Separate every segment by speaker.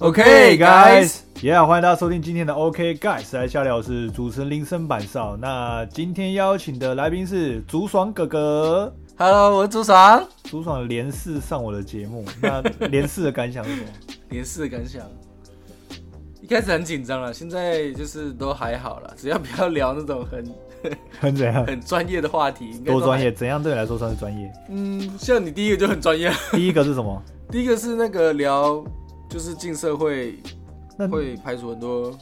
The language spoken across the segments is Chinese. Speaker 1: OK, guys.
Speaker 2: Yeah，欢迎大家收听今天的 OK Guys 来下聊，我是主持人林森板少。那今天邀请的来宾是竹爽哥哥，
Speaker 1: Hello，我是朱爽。
Speaker 2: 竹爽连四上我的节 目，那连四的感想是什么？
Speaker 1: 连试的感想，一开始很紧张了，现在就是都还好了，只要不要聊那种 很？
Speaker 2: 很怎样
Speaker 1: 很专业的话题，应该都
Speaker 2: 多
Speaker 1: 还
Speaker 2: 专业？。怎样对你来说算是专业？
Speaker 1: 嗯，像你第一个就很专业，
Speaker 2: 第一个是 什么？
Speaker 1: 第一个是那个聊，就是进社会
Speaker 2: 那
Speaker 1: 会排除很多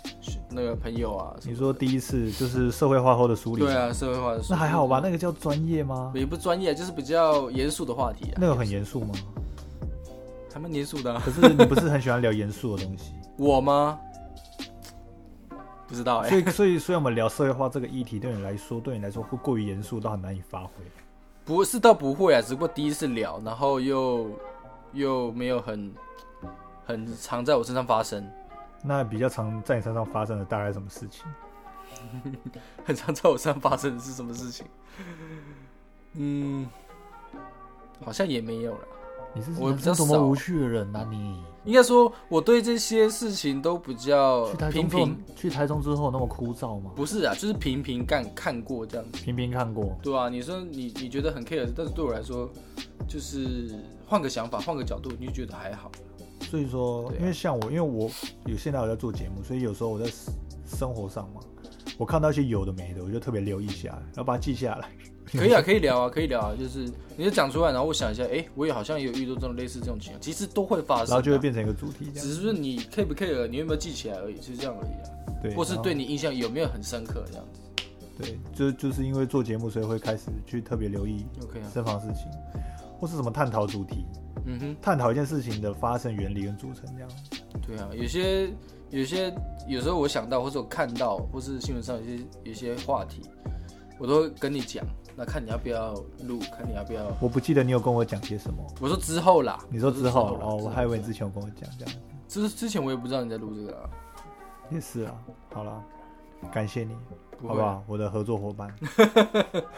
Speaker 1: 那个朋友啊什
Speaker 2: 你
Speaker 1: 么，
Speaker 2: 说第一次就是社会化后的梳理，
Speaker 1: 对啊，社会化的，
Speaker 2: 那还好吧？，那个叫专业吗？
Speaker 1: 也不专业，就是比较严肃的话题啊，
Speaker 2: 那个很严肃吗？
Speaker 1: 还蛮严肃的啊、
Speaker 2: 可是你不是很喜欢聊严肃的东西，
Speaker 1: 我吗？不知道哎、
Speaker 2: 所以所以所以我们聊社会化这个议题，对你来说，对你来说会过于严肃，到很难以发挥。
Speaker 1: 不是倒不会啊，只不过第一次聊，然后又又没有很很常在我身上发生，
Speaker 2: 那比较常在你身上发生的大概是什么事情？
Speaker 1: 很常在我身上发生的是什么事情？嗯，好像也没有了。
Speaker 2: 你是
Speaker 1: 我
Speaker 2: 人
Speaker 1: 比较
Speaker 2: 生
Speaker 1: 少
Speaker 2: 多么无趣的人呐、啊你
Speaker 1: 应该说我对这些事情都比较
Speaker 2: 去台
Speaker 1: 呃平
Speaker 2: 中之后
Speaker 1: 平，，
Speaker 2: 去台中之后那么枯燥吗？
Speaker 1: 不是啊，就是平平干看过这样子。
Speaker 2: 频频看过，
Speaker 1: 对啊，你说你你觉得很 care，但是对我来说，就是换个想法，换个角度，你就觉得还好。
Speaker 2: 所以说，
Speaker 1: 对啊
Speaker 2: 因为像我，因为我有现在我在做节目，所以有时候我在生活上嘛，我看到一些有的没的，我就特别留意下来，然后把它记下来。
Speaker 1: 可 以啊，可以聊啊，可以聊啊，就是你就讲出来，然后我想一下，哎、我也好像有遇到这种类似这种情况，其实都会发生、啊
Speaker 2: 然后就会，变成一个主题这样。
Speaker 1: 只是说你 care 不 care，你有没有记起来而已，就是这样而已啊，
Speaker 2: 对，
Speaker 1: 或是
Speaker 2: 然后
Speaker 1: 对你印象有没有很深刻这样子
Speaker 2: 对，就就是因为做节目，所以会开始去特别留意
Speaker 1: ，OK 啊，
Speaker 2: 身旁事情，或是什么探讨主题，
Speaker 1: 嗯哼，
Speaker 2: 探讨一件事情的发生原理跟组成这样。
Speaker 1: 对啊，有些有些有时候我想到，或者我看到，或是新闻上有些有些话题，我都会跟你讲，那看你要不要录，看你要不要，
Speaker 2: 我不记得你有跟我讲些什么。
Speaker 1: 我说之后啦，
Speaker 2: 你说之后
Speaker 1: 我
Speaker 2: 哦，我还以为你之
Speaker 1: 之，
Speaker 2: 前有跟我讲这样，
Speaker 1: 就是之前我也不知道你在录这个啊，
Speaker 2: 也是啊。好了，感谢你，
Speaker 1: 不
Speaker 2: 好
Speaker 1: 会
Speaker 2: 不
Speaker 1: 啊
Speaker 2: 好？我的合作伙伴。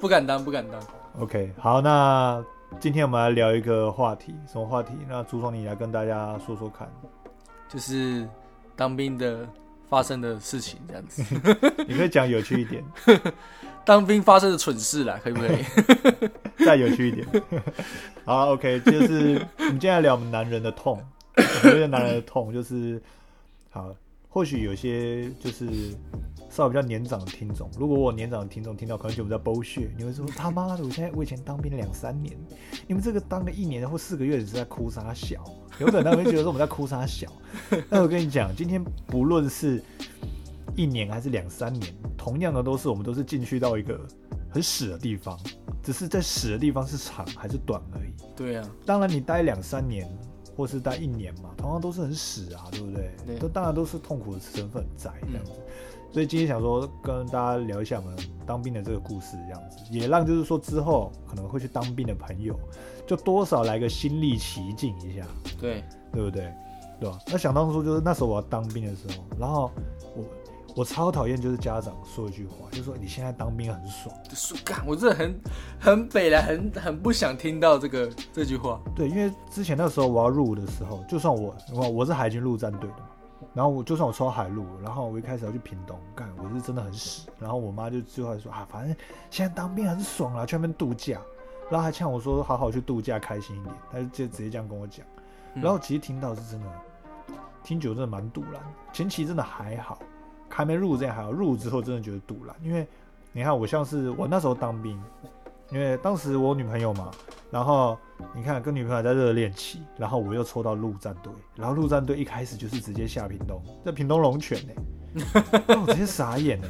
Speaker 1: 不敢当，不敢当。
Speaker 2: OK，好，那今天我们来聊一个话题，什么话题？那朱总你来跟大家说说看，
Speaker 1: 就是当兵的发生的事情这样子，
Speaker 2: 你可以讲有趣一点，
Speaker 1: 当兵发生的蠢事啦，可以不 可以？
Speaker 2: 再有趣一点。好，OK，就是我们今天来聊我们男人的痛，我觉得男人的痛就是，好，或许有些就是稍微比较年长的听众，如果我有年长的听众听到，可能觉得我们在剥削，你会说他妈的，我现在我以前当兵两三年，你们这个当个一年或四个月只是在哭傻小，有可能他们会觉得说我们在哭傻小。 但我跟你讲，今天不论是一年还是两三年，同样的都是我们都是进去到一个很屎的地方，只是在屎的地方是长还是短而已。
Speaker 1: 对啊，
Speaker 2: 当然，你待两三年或是待一年嘛，同样都是很屎啊，对不对？
Speaker 1: 对
Speaker 2: 都当然都是痛苦的身份在这样子。所以今天想说跟大家聊一下我们当兵的这个故事，这样子也让就是说之后可能会去当兵的朋友，就多少来个心历其境一下，
Speaker 1: 对，
Speaker 2: 对不对？对吧？那想当初就是那时候我要当兵的时候，然后我我超讨厌就是家长说一句话，就说你现在当兵很爽。
Speaker 1: 就是干，我真的很 很北来，很很不想听到这个这句话。
Speaker 2: 对，因为之前那时候我要入伍的时候，就算我我我是海军陆战队的嘛，然后我就算我抽海陆，然后我一开始要去屏东干，我是真的很屎。然后我妈就最后还说啊，反正现在当兵很爽啦，去那边度假，然后还呛我说好好去度假，开心一点。她就直接直接这样跟我讲，
Speaker 1: 嗯
Speaker 2: 然后其实听到是真的，听久真的蛮堵然。前期真的还好，还没入伍之前还好，入伍之后真的觉得堵然，因为你看我像是我那时候当兵，因为当时我女朋友嘛，然后你看跟女朋友还在热恋期，然后我又抽到陆战队，然后陆战队一开始就是直接下屏东，在屏东龙泉 呢、欸，那我直接傻眼呢、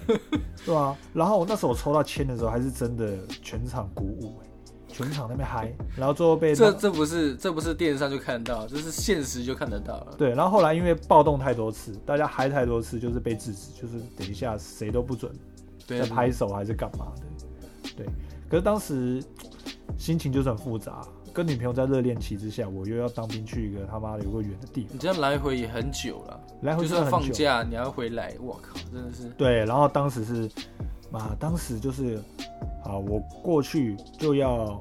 Speaker 2: 对啊，然后我那时候我抽到签的时候，还是真的全场鼓舞、欸，全场那边嗨，然后最后被
Speaker 1: 这
Speaker 2: 那
Speaker 1: 这不是这不是电视上就看得到，这是现实就看得到了。
Speaker 2: 对，然后后来因为暴动太多次，大家嗨太多次，就是被制止，就是等一下谁都不准
Speaker 1: 对
Speaker 2: 在
Speaker 1: 啊，
Speaker 2: 拍手还是干嘛的。对，可是当时心情就是很复杂，跟女朋友在热恋期之下，我又要当兵去一个他妈的有个远的地方，
Speaker 1: 你这样来回也很久了，
Speaker 2: 来回
Speaker 1: 就
Speaker 2: 真
Speaker 1: 算
Speaker 2: 的很
Speaker 1: 放
Speaker 2: 久。
Speaker 1: 假你还要回来，我靠，真的是
Speaker 2: 对，然后当时是，啊，当时就是，啊，我过去就要，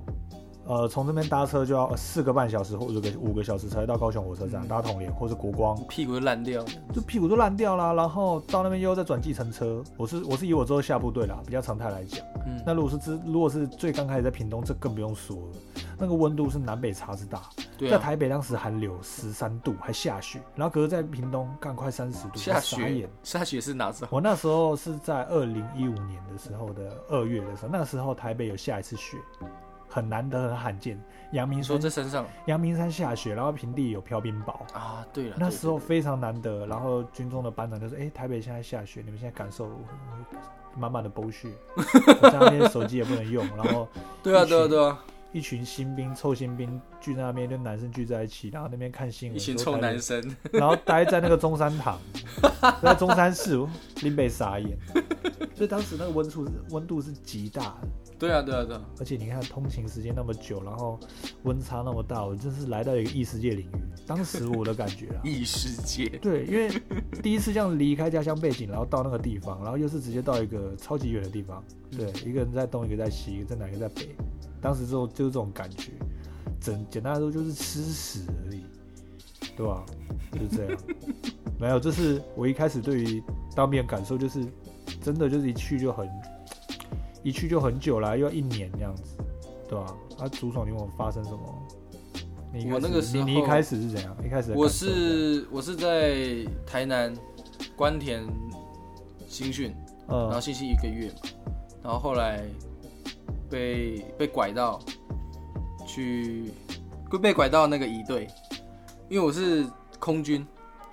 Speaker 2: 呃，从这边搭车就要呃四个半小时或者个五个小时才会到高雄火车站，
Speaker 1: 嗯
Speaker 2: 搭统联或是国光，
Speaker 1: 屁股就烂掉了。
Speaker 2: 就屁股都烂掉啦。然后到那边又再转计程车。我是我是以我之后下部队啦，比较常态来讲。
Speaker 1: 嗯，
Speaker 2: 那如果是之如果是最刚开始在屏东，这更不用说了，那个温度是南北差之大。
Speaker 1: 对
Speaker 2: 在
Speaker 1: 啊，
Speaker 2: 台北当时寒流十三度，还下雪，然后可是在屏东干快三十度，
Speaker 1: 下
Speaker 2: 我傻眼
Speaker 1: 雪，下雪是哪时候？
Speaker 2: 我那时候是在二零一五年的时候的二月的时候，那时候台北有下一次雪，很难得很罕见。阳明
Speaker 1: 你说
Speaker 2: 山
Speaker 1: 在山上
Speaker 2: 阳明山下雪，然后平地有飘冰雹，
Speaker 1: 啊？对了，
Speaker 2: 那
Speaker 1: 对
Speaker 2: 时候非常难得。然后军中的班长就说：“哎、台北现在下雪，你们现在感受如何？”满满的 狗血，我在那边手机也不能用，然后
Speaker 1: 对啊，对啊，对啊，
Speaker 2: 一群新兵、臭新兵聚在那边，跟男生聚在一起，然后那边看新闻，
Speaker 1: 一群
Speaker 2: 说
Speaker 1: 臭
Speaker 2: 台北
Speaker 1: 男生，
Speaker 2: 然后待在那个中山 堂，在中山市，林北傻眼。所以当时那个温处是温度是极大的，
Speaker 1: 对啊，对啊，对啊，，
Speaker 2: 而且你看通勤时间那么久，然后温差那么大，我真是来到一个异世界领域。当时我的感觉啊
Speaker 1: 异世界，
Speaker 2: 对，因为第一次这样离开家乡背景，然后到那个地方，然后又是直接到一个超级远的地方，
Speaker 1: 嗯
Speaker 2: 对，一个人在东，一个在西，一个在南，一个在北。当时就就是这种感觉，简简单来说就是吃屎而已，对吧、就是这样。没有，这是我一开始对于当兵的感受，就是真的就是一去就很，一去就很久啦，又要一年这样子，对吧、啊？竹爽，你有没有发生什么？你一开
Speaker 1: 我那个
Speaker 2: 始
Speaker 1: 时
Speaker 2: 你你一
Speaker 1: 候
Speaker 2: 开始是怎样？一开始的
Speaker 1: 我
Speaker 2: 感受怎样
Speaker 1: 是我是在台南关田新训，然后
Speaker 2: 嗯
Speaker 1: 新训一个月嘛，然后后来被被拐到去，被被拐到那个仪队，因为我是空军，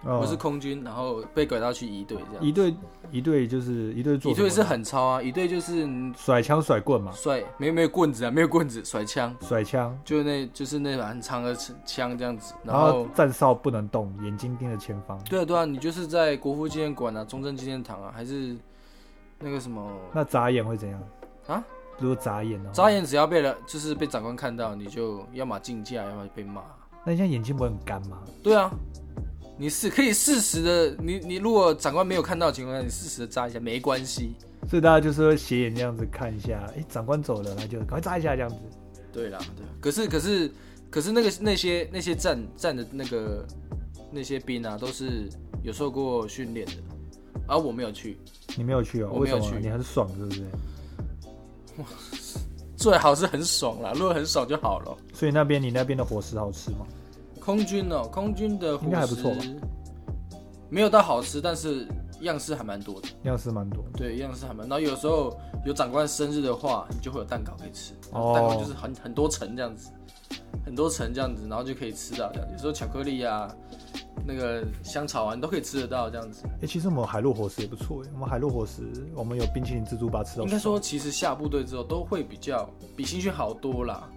Speaker 2: 嗯
Speaker 1: 我是空军，然后被拐到去仪队这样。
Speaker 2: 一队一队就是一队做
Speaker 1: 仪
Speaker 2: 什么
Speaker 1: 队是很超啊，仪队就是你
Speaker 2: 甩枪甩棍嘛，
Speaker 1: 甩没有没有棍子啊，没有棍子，甩枪，
Speaker 2: 甩枪，
Speaker 1: 就那就是那把很长的枪这样子，
Speaker 2: 然
Speaker 1: 然
Speaker 2: 后
Speaker 1: 后。
Speaker 2: 站哨不能动，眼睛盯着前方。
Speaker 1: 对啊，对啊，你就是在国父纪念馆啊、中正纪念堂啊，还是那个什么
Speaker 2: 那眨眼会怎样
Speaker 1: 啊？
Speaker 2: 如果眨眼呢？
Speaker 1: 眨。眼，只要被了就是被长官看到，你就要么竞价，要么被骂。
Speaker 2: 那你现在眼睛不会很干吗？
Speaker 1: 对啊，你是可以适时的，你你如果长官没有看到的情况下，你适时的眨一下没关系。
Speaker 2: 所以大家就是会斜眼这样子看一下，哎、长官走了，那就赶快眨一下这样子。
Speaker 1: 对啦，对啊。可是可是可是那个那些那些站站的那个那些兵啊，都是有受过训练的，而、我没有去。
Speaker 2: 你没有去哦、
Speaker 1: 我
Speaker 2: 为
Speaker 1: 没有
Speaker 2: 什么？
Speaker 1: 去
Speaker 2: 你很爽是不是？
Speaker 1: 最好是很爽啦，如果很爽就好了。
Speaker 2: 所以那边你那边的伙食好吃吗？
Speaker 1: 空军哦，空军的伙食
Speaker 2: 应该还不错吧
Speaker 1: 没有到好吃，但是样式还蛮多的。
Speaker 2: 样式蛮多的。
Speaker 1: 对，样式还蛮。然后有时候有长官生日的话，你就会有蛋糕可以吃。
Speaker 2: 哦
Speaker 1: 蛋糕就是很很多层这样子，很多层这样子，然后就可以吃到这样。有时候巧克力啊，那个香草啊，你都可以吃得到这样子。
Speaker 2: 哎、其实我们海陆伙食也不错、哎我们海陆伙食，我们有冰淇淋蜘蛛吧吃到爽。
Speaker 1: 应该说，其实下部队之后都会比较比新训好多啦。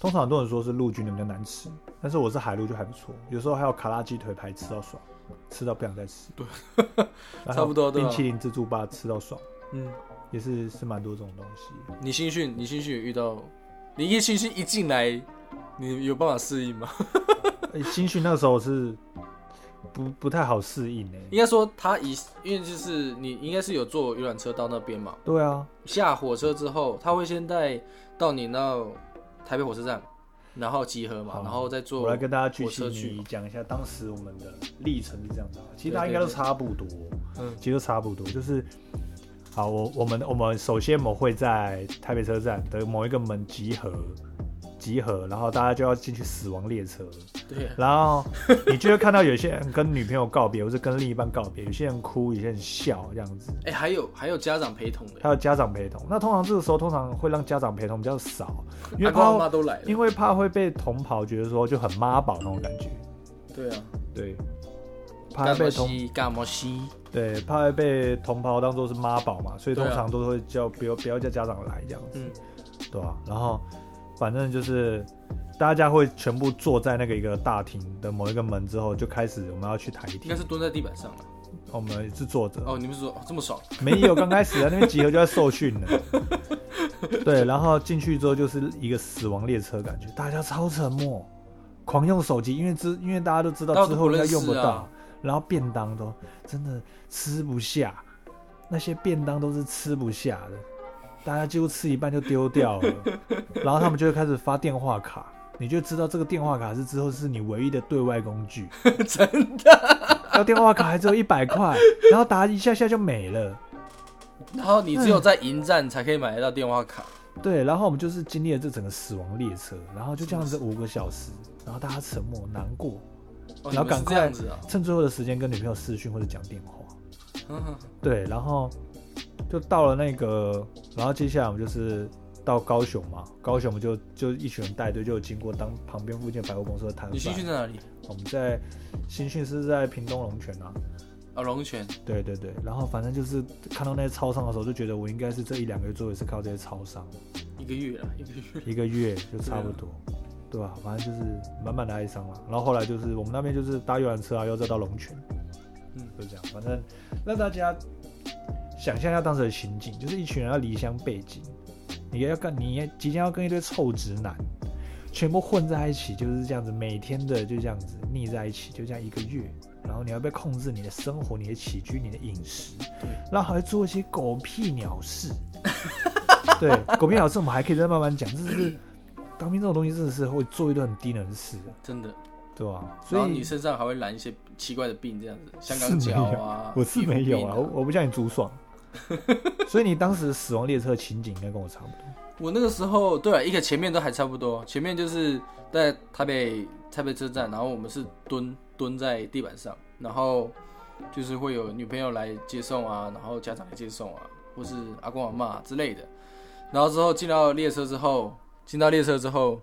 Speaker 2: 通常很多人说是陆军的比较难吃，但是我是海陆就还不错，有时候还有卡拉鸡腿排吃到爽，吃到不想再吃。对，
Speaker 1: 差不多对吧
Speaker 2: 冰淇淋自助吧吃到爽，
Speaker 1: 嗯，
Speaker 2: 也是是蛮多这种东西。
Speaker 1: 你新训，你新训有遇到，你一新训一进来，你有办法适应吗？
Speaker 2: 欸、新训那时候是不不太好适应欸诶、
Speaker 1: 应该说他以，因为就是你应该是有坐游览车到那边嘛，
Speaker 2: 对啊，
Speaker 1: 下火车之后，他会先带到你那台北火车站，然后集合嘛
Speaker 2: 好，
Speaker 1: 然后再坐。
Speaker 2: 我来跟大家具
Speaker 1: 火车去
Speaker 2: 体
Speaker 1: 嘛
Speaker 2: 讲一下当时我们的历程是这样的啊，其实大家应该都差不多，
Speaker 1: 嗯
Speaker 2: 其实都差不多，就是。好，我我们我们首先我们会在台北车站的某一个门集合，集合，然后大家就要进去死亡列车，
Speaker 1: 对，
Speaker 2: 然后你就会看到有些人跟女朋友告别，或是跟另一半告别，有些人哭，有些人笑，这样子，
Speaker 1: 哎、还有还有家长陪同的，
Speaker 2: 还有家长陪同。那通常这个时候通常会让家长陪同比较少，因为
Speaker 1: 阿公阿
Speaker 2: 怕
Speaker 1: 啊妈都来
Speaker 2: 因
Speaker 1: 了。
Speaker 2: 为怕会被同袍觉得说就很妈宝那种感觉，
Speaker 1: 对啊，
Speaker 2: 对，怕
Speaker 1: 干
Speaker 2: 被
Speaker 1: 么
Speaker 2: 同
Speaker 1: 西干么西，
Speaker 2: 对怕会被同袍当做是妈宝嘛，所以通
Speaker 1: 对啊
Speaker 2: 常都会叫不要不要叫家长来这样子。
Speaker 1: 嗯，
Speaker 2: 对啊？然后反正就是大家会全部坐在那个一个大厅的某一个门之后，就开始我们要去台
Speaker 1: 应
Speaker 2: 梯哦
Speaker 1: 该，是蹲在地板上了。
Speaker 2: 我们是坐着，
Speaker 1: 哦，你们说、哦、这么爽，
Speaker 2: 没有刚开始啊，那边集合就在受训了。对，然后进去之后就是一个死亡列车感觉，大家超沉默，狂用手机，因为之因为大家都知
Speaker 1: 大
Speaker 2: 道
Speaker 1: 家
Speaker 2: 之
Speaker 1: 都
Speaker 2: 后
Speaker 1: 不
Speaker 2: 应该
Speaker 1: 认识
Speaker 2: 用不到，
Speaker 1: 啊
Speaker 2: 然后便当都真的吃不下，那些便当都是吃不下的。大家几乎吃一半就丢掉 了，然后他们就会开始发电话卡，你就知道这个电话卡是之后是你唯一的对外工具。
Speaker 1: 真
Speaker 2: 要电话卡还只有一百块，然后打一下下就没了。
Speaker 1: 然后你只有在营站才可以买得到电话卡，
Speaker 2: 对，然后我们就是经历了这整个死亡列车，然后就这样子五个小时，然后大家沉默难过，
Speaker 1: 哦
Speaker 2: 然后
Speaker 1: 你们
Speaker 2: 嗯赶
Speaker 1: 是
Speaker 2: 快
Speaker 1: 这样子啊，
Speaker 2: 趁最后的时间跟女朋友私讯或者讲电话。
Speaker 1: 嗯
Speaker 2: 对，然后就到了那个，然后接下来我们就是到高雄嘛，高雄我们就就一群人带队，就有经过当旁边附近百货公司的摊
Speaker 1: 你新
Speaker 2: 贩
Speaker 1: 训。在哪里？
Speaker 2: 我们在新训是在屏东龙泉啊，
Speaker 1: 啊，龙泉，
Speaker 2: 对对对，然后反正就是看到那些超商的时候，就觉得我应该是这一两个月做一次靠这些超商，
Speaker 1: 一个月啊，一个月，
Speaker 2: 一个月就差不多，对吧、反正就是满满的哀伤了。然后后来就是我们那边就是搭游览车啊，又再到龙泉，
Speaker 1: 嗯
Speaker 2: 就这样。反正让大家想象一下当时的情景，就是一群人要离乡背井，你要跟你也即将要跟一堆臭直男全部混在一起，就是这样子，每天的就这样子腻在一起，就这样一个月。然后你要被控制你的生活、你的起居、你的饮食，然后还会做一些狗屁鸟事。 对，狗屁鸟事我们还可以再慢慢讲，就是当兵这种东西真的是会做一段很低能的事的，啊
Speaker 1: 真的。
Speaker 2: 对吧？
Speaker 1: 然
Speaker 2: 所
Speaker 1: 后你
Speaker 2: 以
Speaker 1: 身上还会染一些奇怪的病，这样子，香
Speaker 2: 是
Speaker 1: 港
Speaker 2: 没
Speaker 1: 脚
Speaker 2: 有
Speaker 1: 啊，
Speaker 2: 我是
Speaker 1: 皮肤
Speaker 2: 没有
Speaker 1: 病
Speaker 2: 啊，我我不像你竹爽。所以你当时死亡列车的情景应该跟我差不多。
Speaker 1: 我那个时候，对啊，一个前面都还差不多，前面就是在台北台北车站，然后我们是蹲蹲在地板上，然后就是会有女朋友来接送啊，然后家长来接送啊，或是阿公阿妈之类的。然后之后进到列车之后，进到列车之后，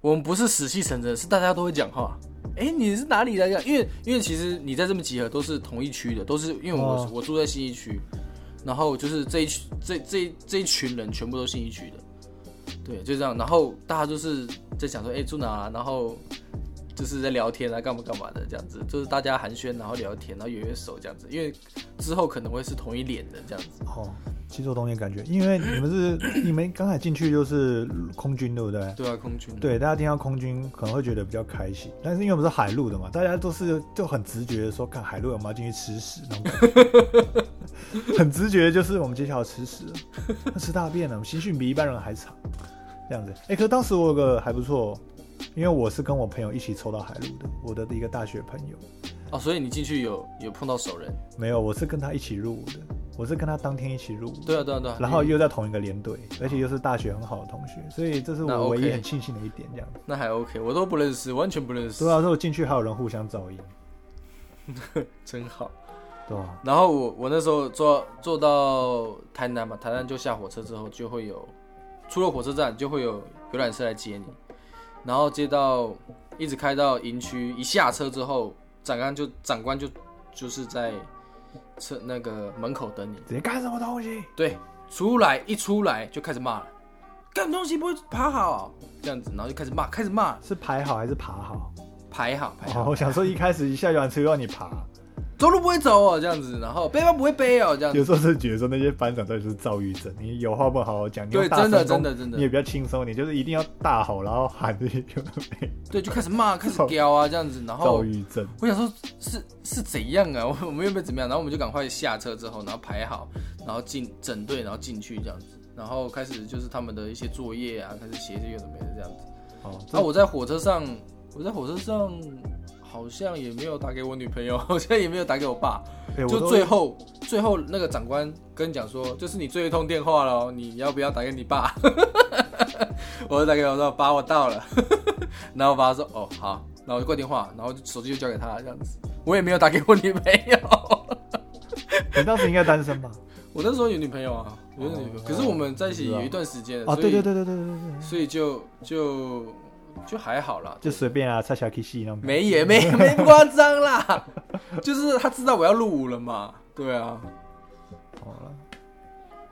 Speaker 1: 我们不是死气沉沉，是大家都会讲话。哎，你是哪里来的？因为因为其实你在这边集合都是同一区的，都是因为我、
Speaker 2: 哦
Speaker 1: 我住在新一区，然后就是这一群这这这一群人全部都新一区的，对，就这样。然后大家就是在讲说，哎，住哪、然后就是在聊天啊，干嘛干嘛的这样子，就是大家寒暄，然后聊天，然后约约手这样子，因为之后可能会是同一脸的这样子。
Speaker 2: 哦，其实我懂你的感觉，因为你们是你们刚才进去就是空军，对不对？
Speaker 1: 对啊，空军。
Speaker 2: 对，大家听到空军可能会觉得比较开心，但是因为我们是海陆的嘛，大家都是就很直觉的说，看海陆有没有进去吃屎那种感觉， 很直觉就是我们接下来要吃屎了，要吃大便了，我们新训比一般人还长，这样子。哎、可是当时我有个还不错，因为我是跟我朋友一起抽到海陆的，我的一个大学朋友，
Speaker 1: 哦，所以你进去有有碰到熟人？
Speaker 2: 没有，我是跟他一起入伍的，我是跟他当天一起入伍的。
Speaker 1: 对啊，对啊，对啊。
Speaker 2: 然后又在同一个连队，而且又是大学很好的同学，所以这是
Speaker 1: 那
Speaker 2: 我唯一
Speaker 1: OK
Speaker 2: 很庆幸的一点，这样子。
Speaker 1: 那还 OK，我都不认识，完全不认识，
Speaker 2: 对啊，说我进去还有人互相照应，
Speaker 1: 真好。
Speaker 2: 对啊吧、
Speaker 1: 然后我我那时候坐坐到台南嘛，台南就下火车之后就会有，出了火车站就会有游览车来接你，然后接到一直开到营区，一下车之后，长官就长官就就是在车那个门口等你，
Speaker 2: 直接干什么东西？
Speaker 1: 对，出来一出来就开始骂了，干东西不会爬好这样子，然后就开始骂，开始骂，
Speaker 2: 是排好还是爬好？
Speaker 1: 排好排好
Speaker 2: 哦，，我想说一开始一下游览车又让你 爬，
Speaker 1: 走路不会走哦这样子，然后背包不会背哦这样子
Speaker 2: 有，时候是觉得说那些班长到底是躁郁症，你有话不好好讲，你
Speaker 1: 对，
Speaker 2: 用大
Speaker 1: 真的
Speaker 2: 声
Speaker 1: 真
Speaker 2: 公
Speaker 1: 的真的
Speaker 2: 你也，比较轻松，你就是一定要大吼，然后喊 这些有的没
Speaker 1: 对，就开始骂，开始
Speaker 2: 躁
Speaker 1: 飙啊这样子，然后
Speaker 2: 躁郁症。
Speaker 1: 我想说是是怎样啊？我我们又没有怎么样，然后我们就赶快下车之后，然后排好，然后进整队，然后进去这样子，然后开始就是他们的一些作业啊，开始写一些有的没的这样子。
Speaker 2: 哦，
Speaker 1: 那、我在火车上，我在火车上好像也没有打给我女朋友，好像也没有打给我爸，
Speaker 2: 哎我
Speaker 1: 就
Speaker 2: 都
Speaker 1: 最后最后那个长官跟你讲说，这是你最后一通电话了哦，你要不要打给你爸？ 我就打给我说爸，我到了。 然后我爸说哦好，然后我就挂电话，然后就手机就交给他这样子。我也没有打给我女朋友，
Speaker 2: 你当时应该单身吧？
Speaker 1: 我那时候有女朋友啊，我有女朋友，
Speaker 2: 哦
Speaker 1: 可是我们在一起
Speaker 2: 我知道
Speaker 1: 有一段时间了
Speaker 2: 哦，
Speaker 1: 所以
Speaker 2: 对对对对对对对，
Speaker 1: 所以就就就还好啦，
Speaker 2: 就随便啊，擦小 K 戏那种。
Speaker 1: 没也没没夸张啦， 就是他知道我要入伍了嘛，对啊，
Speaker 2: 好了，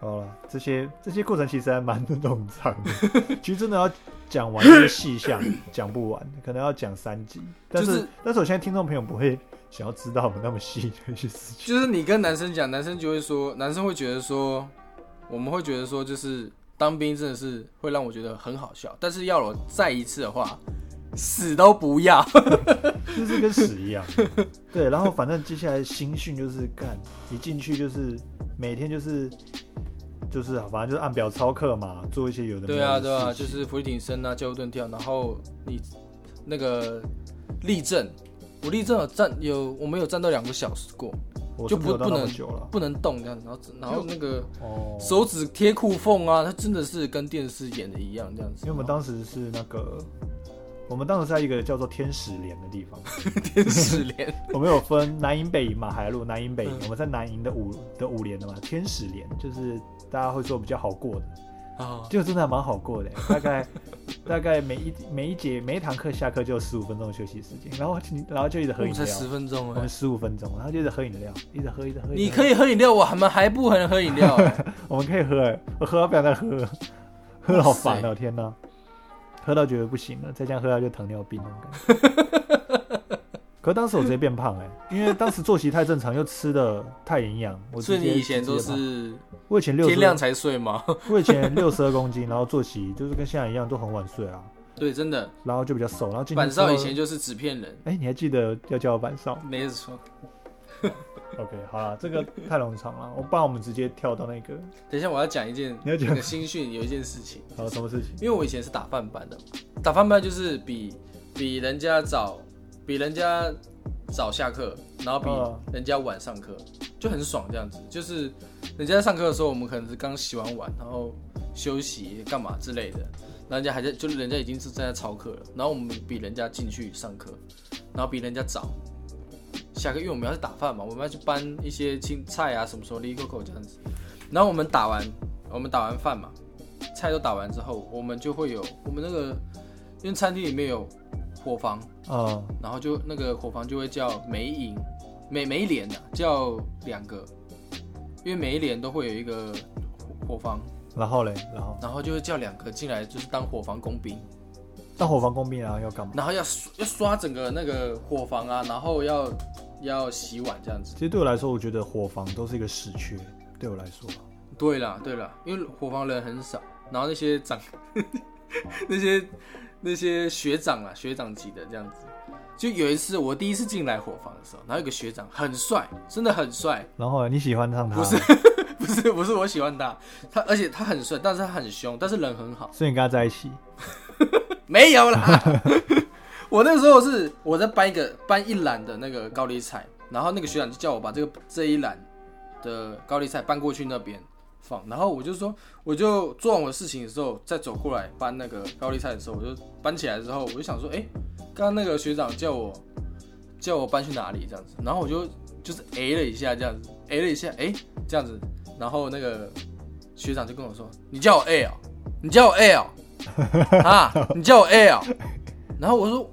Speaker 2: 好了，这些这些过程其实还蛮冗长 的，其实真的要讲完这些细项讲不完，可能要讲三集。但是、
Speaker 1: 就是
Speaker 2: 但是我现在听众朋友不会想要知道我们那么细的一些 事情。
Speaker 1: 就是你跟男生讲，男生就会说，男生会觉得说，我们会觉得说，就是当兵真的是会让我觉得很好笑，但是要我再一次的话，死都不 要。
Speaker 2: 就是跟屎一样。对，然后反正接下来新训就是干，一进去就是每天就是就是反正就是按表操课嘛，做一些有的没
Speaker 1: 对
Speaker 2: 有
Speaker 1: 啊，
Speaker 2: 的
Speaker 1: 对啊，
Speaker 2: 事
Speaker 1: 就
Speaker 2: 情
Speaker 1: 是俯卧撑啊，交互蹲跳，然后你那个立正，我立正有站有，我们有站到两个小时过，
Speaker 2: 我
Speaker 1: 就是
Speaker 2: 没
Speaker 1: 不
Speaker 2: 有到
Speaker 1: 不
Speaker 2: 那么
Speaker 1: 能
Speaker 2: 久了
Speaker 1: 不能动这样，然后然后那个
Speaker 2: 哦，
Speaker 1: 手指贴裤缝啊，它真的是跟电视演的一样这样子。
Speaker 2: 因为我们当时是那个，我们当时在一个叫做天使连的地方，
Speaker 1: 电视 连，
Speaker 2: 我们有分南营北营嘛，海陆南营北营
Speaker 1: 嗯，
Speaker 2: 我们在南营的五的五连的嘛，天使连就是大家会说比较好过的，
Speaker 1: 啊，
Speaker 2: 就真的还蛮好过的，欸大概大概每一每一节每一堂课下课就有十五分钟的休息时间，然后就然后就一直
Speaker 1: 我
Speaker 2: 喝饮
Speaker 1: 哦 们才
Speaker 2: 料，
Speaker 1: 十分
Speaker 2: 我
Speaker 1: 钟
Speaker 2: 们
Speaker 1: 哎，
Speaker 2: 十五分钟，然后就一直喝饮料，一直喝一直喝，
Speaker 1: 你
Speaker 2: 以，
Speaker 1: 可以喝饮料，我们还不能喝饮料欸，
Speaker 2: 我们可以喝哎，我喝到不想再喝了， 喝了好烦
Speaker 1: 哇
Speaker 2: 哦，天哪，喝到觉得不行了，再这样喝下去就糖尿病那种感觉。 可当时我直接变胖哎、因为当时作息太正常，又吃的太营养， 我
Speaker 1: 所
Speaker 2: 直
Speaker 1: 以
Speaker 2: 接
Speaker 1: 你以前都
Speaker 2: 直接胖
Speaker 1: 是
Speaker 2: 我以前六
Speaker 1: 天亮
Speaker 2: 十，
Speaker 1: 才睡吗？
Speaker 2: 我以前六十二公斤，然后作息就是跟现在一样，都很晚睡啊，
Speaker 1: 对，真的，
Speaker 2: 然后就比较瘦，然后进去
Speaker 1: 板
Speaker 2: 之后
Speaker 1: 少以前就是纸片人，
Speaker 2: 哎、你还记得要叫我板少
Speaker 1: 没错。
Speaker 2: ？OK，好了，这个太冗长了，我不然我们直接跳到那个，
Speaker 1: 等一下我要讲一件
Speaker 2: 你要讲
Speaker 1: 那个新讯，有一件事情。
Speaker 2: 好什么事情？
Speaker 1: 因为我以前是打饭班的，打饭班就是比比人家早，比人家早下课，然后
Speaker 2: 哦
Speaker 1: 比人家晚上课，就很爽这样子。就是人家上课的时候，我们可能是刚洗完碗，然后休息干嘛之类的，然后人家还在，就是人家已经是正在操课了，然后我们比人家进去上课，然后比人家早。下课，因为我们要去打饭嘛，我们要去搬一些青菜啊，什么时候 l i c o 这样子。然后我们打完，我们打完饭嘛，菜都打完之后，我们就会有我们那个，因为餐厅里面有伙房，
Speaker 2: 啊、
Speaker 1: 然后就那个伙房就会叫梅营、梅梅连啊，叫两个，因为每一连都会有一个伙伙房，
Speaker 2: 然后嘞，然后
Speaker 1: 然后就会叫两个进来，就是当伙房工兵，
Speaker 2: 当伙房工兵，然啊后要干嘛？
Speaker 1: 然后要刷要刷整个那个伙房啊，然后要要洗碗这样子。
Speaker 2: 其实对我来说，我觉得伙房都是一个死缺，对我来说，
Speaker 1: 对啦，对啦，因为伙房人很少，然后那些长， 那些那些学长啊，学长级的这样子。就有一次，我第一次进来伙房的时候，然后有个学长很帅，真的很帅，
Speaker 2: 然后你喜欢上他，
Speaker 1: 不是不是不是我喜欢他，他而且他很帅，但是他很凶，但是人很好，
Speaker 2: 所以你跟他在一起，
Speaker 1: 没有啦。我那时候是我在搬一个搬一篮的那个高丽菜，然后那个学长就叫我把这个这一篮的高丽菜搬过去那边放，然后我就说，我就做完我的事情的时候，再走过来搬那个高丽菜的时候，我就搬起来之后，我就想说，哎、刚刚那个学长叫我叫我搬去哪里这样子，然后我就就是 A 了一下这样子，A 了一下，哎、这样子，然后那个学长就跟我说，你叫我 A 哦，你叫我 A 哦，啊，你叫我 A 哦，然后我说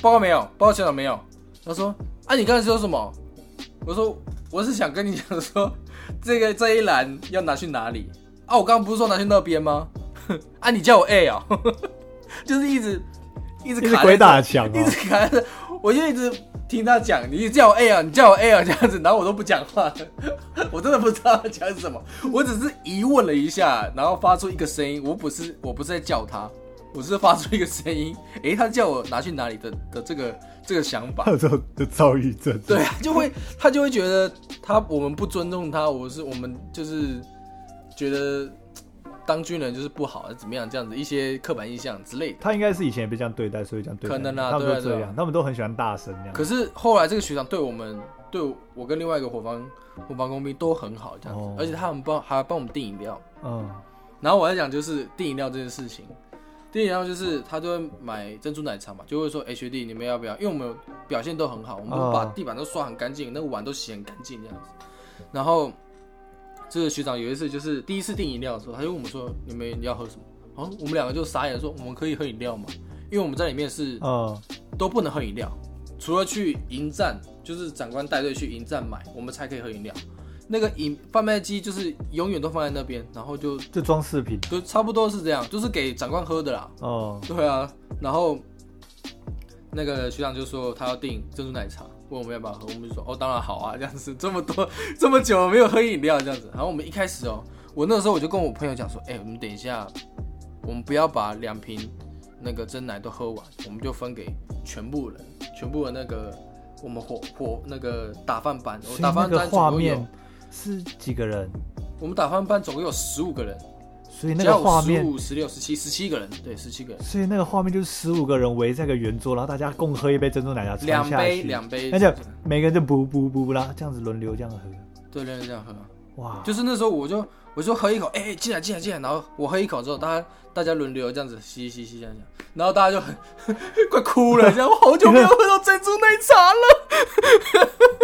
Speaker 1: 报告没有，报告学长没有，他说啊，你刚才说什么？我说我是想跟你讲说， 这个这一栏要拿去哪里啊？我刚刚不是说拿去那边吗？ 啊，你叫我 A 哦， 就是一直一直
Speaker 2: 一直
Speaker 1: 卡在
Speaker 2: 鬼
Speaker 1: 这
Speaker 2: 打墙
Speaker 1: 一
Speaker 2: 哦，
Speaker 1: 直卡着，我就一直听他讲，你叫我 A 啊，你叫我 A 啊这样子，然后我都不讲话， 我真的不知道他讲什么，我只是疑问了一下，然后发出一个声音，我不是我不是在叫他，我是发出一个声音， 诶，他叫我拿去哪里的的这个这个想法
Speaker 2: 他，有这种的躁郁症，
Speaker 1: 对，啊就会他就会觉得他我们不尊重他，我是我们就是觉得当军人就是不好，怎么样这样子一些刻板印象之类的。
Speaker 2: 他应该是以前也被这样对待，所以这样对待你，
Speaker 1: 可能啊
Speaker 2: 他们
Speaker 1: 对啊
Speaker 2: 都这
Speaker 1: 对啊
Speaker 2: 样，他们都很喜欢大声这样，
Speaker 1: 可是后来这个学长对我们，对我跟另外一个伙房伙房工兵都很好，这样子，
Speaker 2: 哦
Speaker 1: 而且他们帮还帮我们订饮料。
Speaker 2: 嗯，
Speaker 1: 然后我在讲就是订饮料这件事情，订饮料就是他就会买珍珠奶茶嘛，就会说哎、学弟你们要不要？因为我们表现都很好，我们都
Speaker 2: 哦
Speaker 1: 把地板都刷很干净，那个碗都洗很干净这样子。然后这个学长有一次就是第一次订饮料的时候，他就问我们说你们要喝什么？然后我们两个就傻眼说我们可以喝饮料吗？因为我们在里面是
Speaker 2: 嗯，
Speaker 1: 都不能喝饮料，除了去营站，就是长官带队去营站买，我们才可以喝饮料。那个饮贩卖机就是永远都放在那边，然后就
Speaker 2: 就装饰品，
Speaker 1: 就差不多是这样，就是给长官喝的啦。
Speaker 2: 哦、
Speaker 1: 对啊，然后那个学长就说他要订珍珠奶茶，问我们要不要喝，我们就说哦，当然好啊，这样子 这么多这么久没有喝饮料这样子。然后我们一开始哦，我那时候我就跟我朋友讲说，哎、我们等一下，我们不要把两瓶那个真奶都喝完，我们就分给全部人，全部的那个我们火火那个打饭班，我哦
Speaker 2: 所以
Speaker 1: 打
Speaker 2: 那
Speaker 1: 饭
Speaker 2: 个
Speaker 1: 班
Speaker 2: 画
Speaker 1: 总共有
Speaker 2: 面是几个人？
Speaker 1: 我们打饭班总共有十五个人，
Speaker 2: 所以那
Speaker 1: 加
Speaker 2: 个
Speaker 1: 我
Speaker 2: 画
Speaker 1: 十
Speaker 2: 面，
Speaker 1: 五、十六、十七、十七个人，对，十七个人，
Speaker 2: 所以那个画面就是十五个人围在一个圆桌，然后大家共喝一杯珍珠奶茶，传
Speaker 1: 两
Speaker 2: 下
Speaker 1: 杯
Speaker 2: 去，
Speaker 1: 两杯，
Speaker 2: 而且每个人就补补补，然后这样子轮流这样喝，
Speaker 1: 对，人这样喝，
Speaker 2: 哇，
Speaker 1: 就是那时候我就我就喝一口，哎、进来进来进来，然后我喝一口之后，大家大家轮流这样子吸吸吸这样讲，然后大家就很 快哭了，这样我好久没有喝到珍珠奶茶了。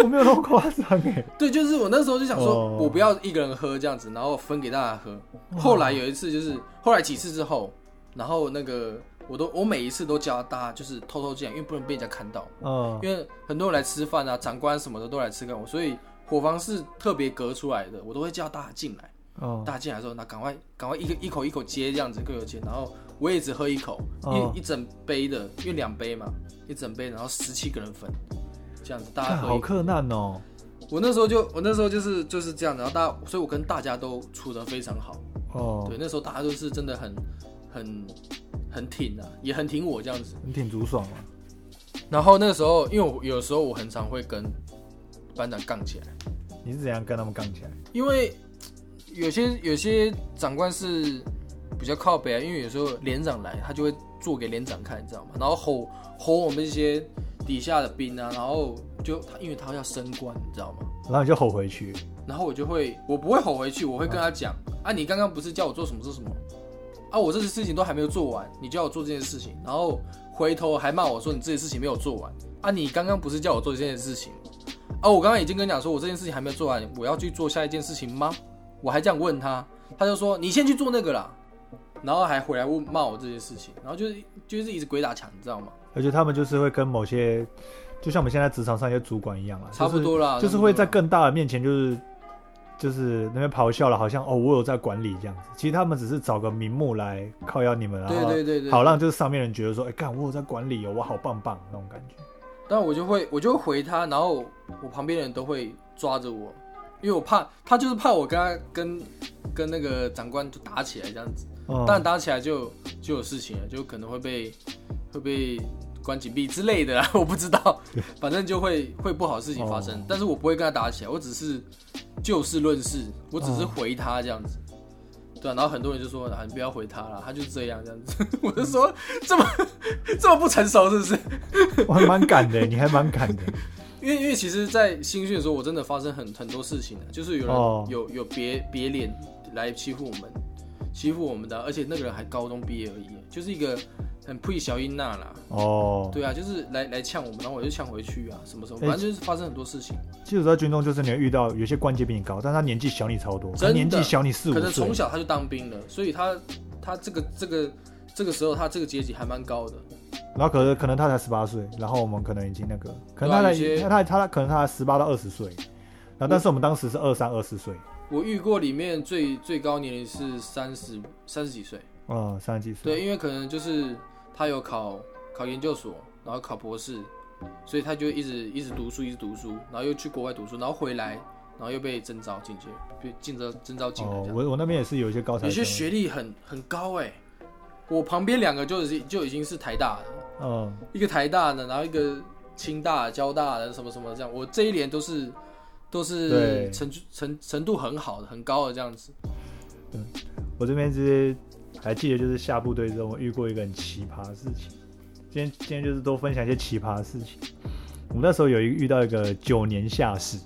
Speaker 2: 我没有那么夸张哎，
Speaker 1: 对，就是我那时候就想说
Speaker 2: 哦，
Speaker 1: 我不要一个人喝这样子，然后分给大家喝。
Speaker 2: 哇
Speaker 1: 后来有一次就是后来几次之后，然后那个我都我每一次都叫大家就是偷偷进来，因为不能被人家看到，
Speaker 2: 嗯，
Speaker 1: 因为很多人来吃饭啊，长官什么的都来吃饭，我所以伙房是特别隔出来的，我都会叫大家进来。
Speaker 2: 哦，
Speaker 1: 大家进来之后，那赶快赶快一个一口一口接这样子各有接，然后我也只喝一口，
Speaker 2: 哦
Speaker 1: 一一整杯的，因为两杯嘛，一整杯，然后十七个人分，这样子大家
Speaker 2: 看
Speaker 1: 喝
Speaker 2: 好
Speaker 1: 一口。
Speaker 2: 困难哦，
Speaker 1: 我那时候就我那时候就是就是这样，然后大家，所以我跟大家都处得非常好，
Speaker 2: 哦
Speaker 1: 对，，那时候大家都是真的很很很挺啊，也很挺我这样子。
Speaker 2: 你挺足爽啊，
Speaker 1: 然后那个时候，因为我有时候我很常会跟班长杠起来，
Speaker 2: 你是怎样跟他们杠起来？
Speaker 1: 因为有些有些长官是比较靠北啊，因为有时候连长来，他就会做给连长看，你知道吗？然后吼吼我们这些底下的兵啊，然后就他因为他要升官，你知道吗？
Speaker 2: 然后你就吼回去，
Speaker 1: 然后我就会，我不会吼回去，我会跟他讲啊，你刚刚不是叫我做什么做什么啊？我这些事情都还没有做完，你叫我做这件事情，然后回头还骂我说你这些事情没有做完啊！你刚刚不是叫我做这件事情啊？我刚刚已经跟你讲说我这件事情还没有做完，我要去做下一件事情吗？我还这样问他，他就说你先去做那个啦，然后还回来问骂我这件事情，然后就是就是一直鬼打墙，你知道吗？
Speaker 2: 而且他们就是会跟某些，就像我们现在职场上一些主管一样啊，
Speaker 1: 差不多啦，
Speaker 2: 就是，就是
Speaker 1: 差不多
Speaker 2: 会在
Speaker 1: 啦
Speaker 2: 更大的面前就是。就是那边咆哮了，好像哦，我有在管理这样子。其实他们只是找个名目来靠邀你们，然
Speaker 1: 对
Speaker 2: 后
Speaker 1: 对对对，
Speaker 2: 好让就是上面人觉得说，哎、干我有在管理哦，我好棒棒那种感觉。
Speaker 1: 但我就会我就会回他，然后我旁边的人都会抓着我，因为我怕他就是怕我跟他跟跟那个长官就打起来这样子，
Speaker 2: 嗯，
Speaker 1: 但打起来就就有事情了，就可能会被会被关禁闭之类的啦，我不知 道，反正就会会不好的事情发生，
Speaker 2: 哦
Speaker 1: 但是我不会跟他打起来，我只是就事论事，我只
Speaker 2: 嗯
Speaker 1: 是回他这样子。对、啊，然后很多人就说：“啊，你不要回他了，他就这样这样子。” 我就说：“这么这么不成熟，是不是？”
Speaker 2: 我还蛮敢的，你还蛮敢的。
Speaker 1: 因为因为其实，在新训的时候，我真的发生很很多事情的，就是有人、
Speaker 2: 哦
Speaker 1: 有有别别脸来欺负我们，欺负我们的，而且那个人还高中毕业而已，就是一个很配小英娜啦，
Speaker 2: 哦，
Speaker 1: 对啊，就是来来呛我们，然后我就呛回去啊，什么什么，
Speaker 2: 哎
Speaker 1: 反正就是发生很多事情，
Speaker 2: 其实在军中就是你会遇到有些官阶比你高，但他年纪小你超多，
Speaker 1: 真
Speaker 2: 他
Speaker 1: 的
Speaker 2: 年纪小你四
Speaker 1: 可
Speaker 2: 五
Speaker 1: 能
Speaker 2: 岁
Speaker 1: 从。小他就当兵了，所以他他这个这个这个时候他这个阶级还蛮高的，
Speaker 2: 然后可是可能他才十八岁，然后我们可能已经那个，可能
Speaker 1: 对
Speaker 2: 他
Speaker 1: 啊
Speaker 2: 才、
Speaker 1: 有些
Speaker 2: 他他他可能他十八到二十岁，然后但是我们当时是二三二四岁，
Speaker 1: 我遇过里面最最高年龄是三十三十几岁。
Speaker 2: 嗯，三十几岁。
Speaker 1: 对，因为可能就是他有考考研究所，然后考博士，所以他就一直一直读书，一直读书，然后又去国外读书，然后回来，然后又被征召进去，被进招征召进来
Speaker 2: 哦
Speaker 1: 这，样。
Speaker 2: 我我那边也是有一些高材
Speaker 1: 有些
Speaker 2: 生，
Speaker 1: 学历很很高哎、我旁边两个就是就已经是台大的，
Speaker 2: 嗯，
Speaker 1: 一个台大的，然后一个清大、交大的什么什么这样，我这一连都是都是
Speaker 2: 对
Speaker 1: 程程程度很好的、很高的这样子。
Speaker 2: 我这边就是还记得就是下部队之后，我遇过一个很奇葩的事情。今天今天就是多分享一些奇葩的事情。我们那时候有一遇到一个九年下士，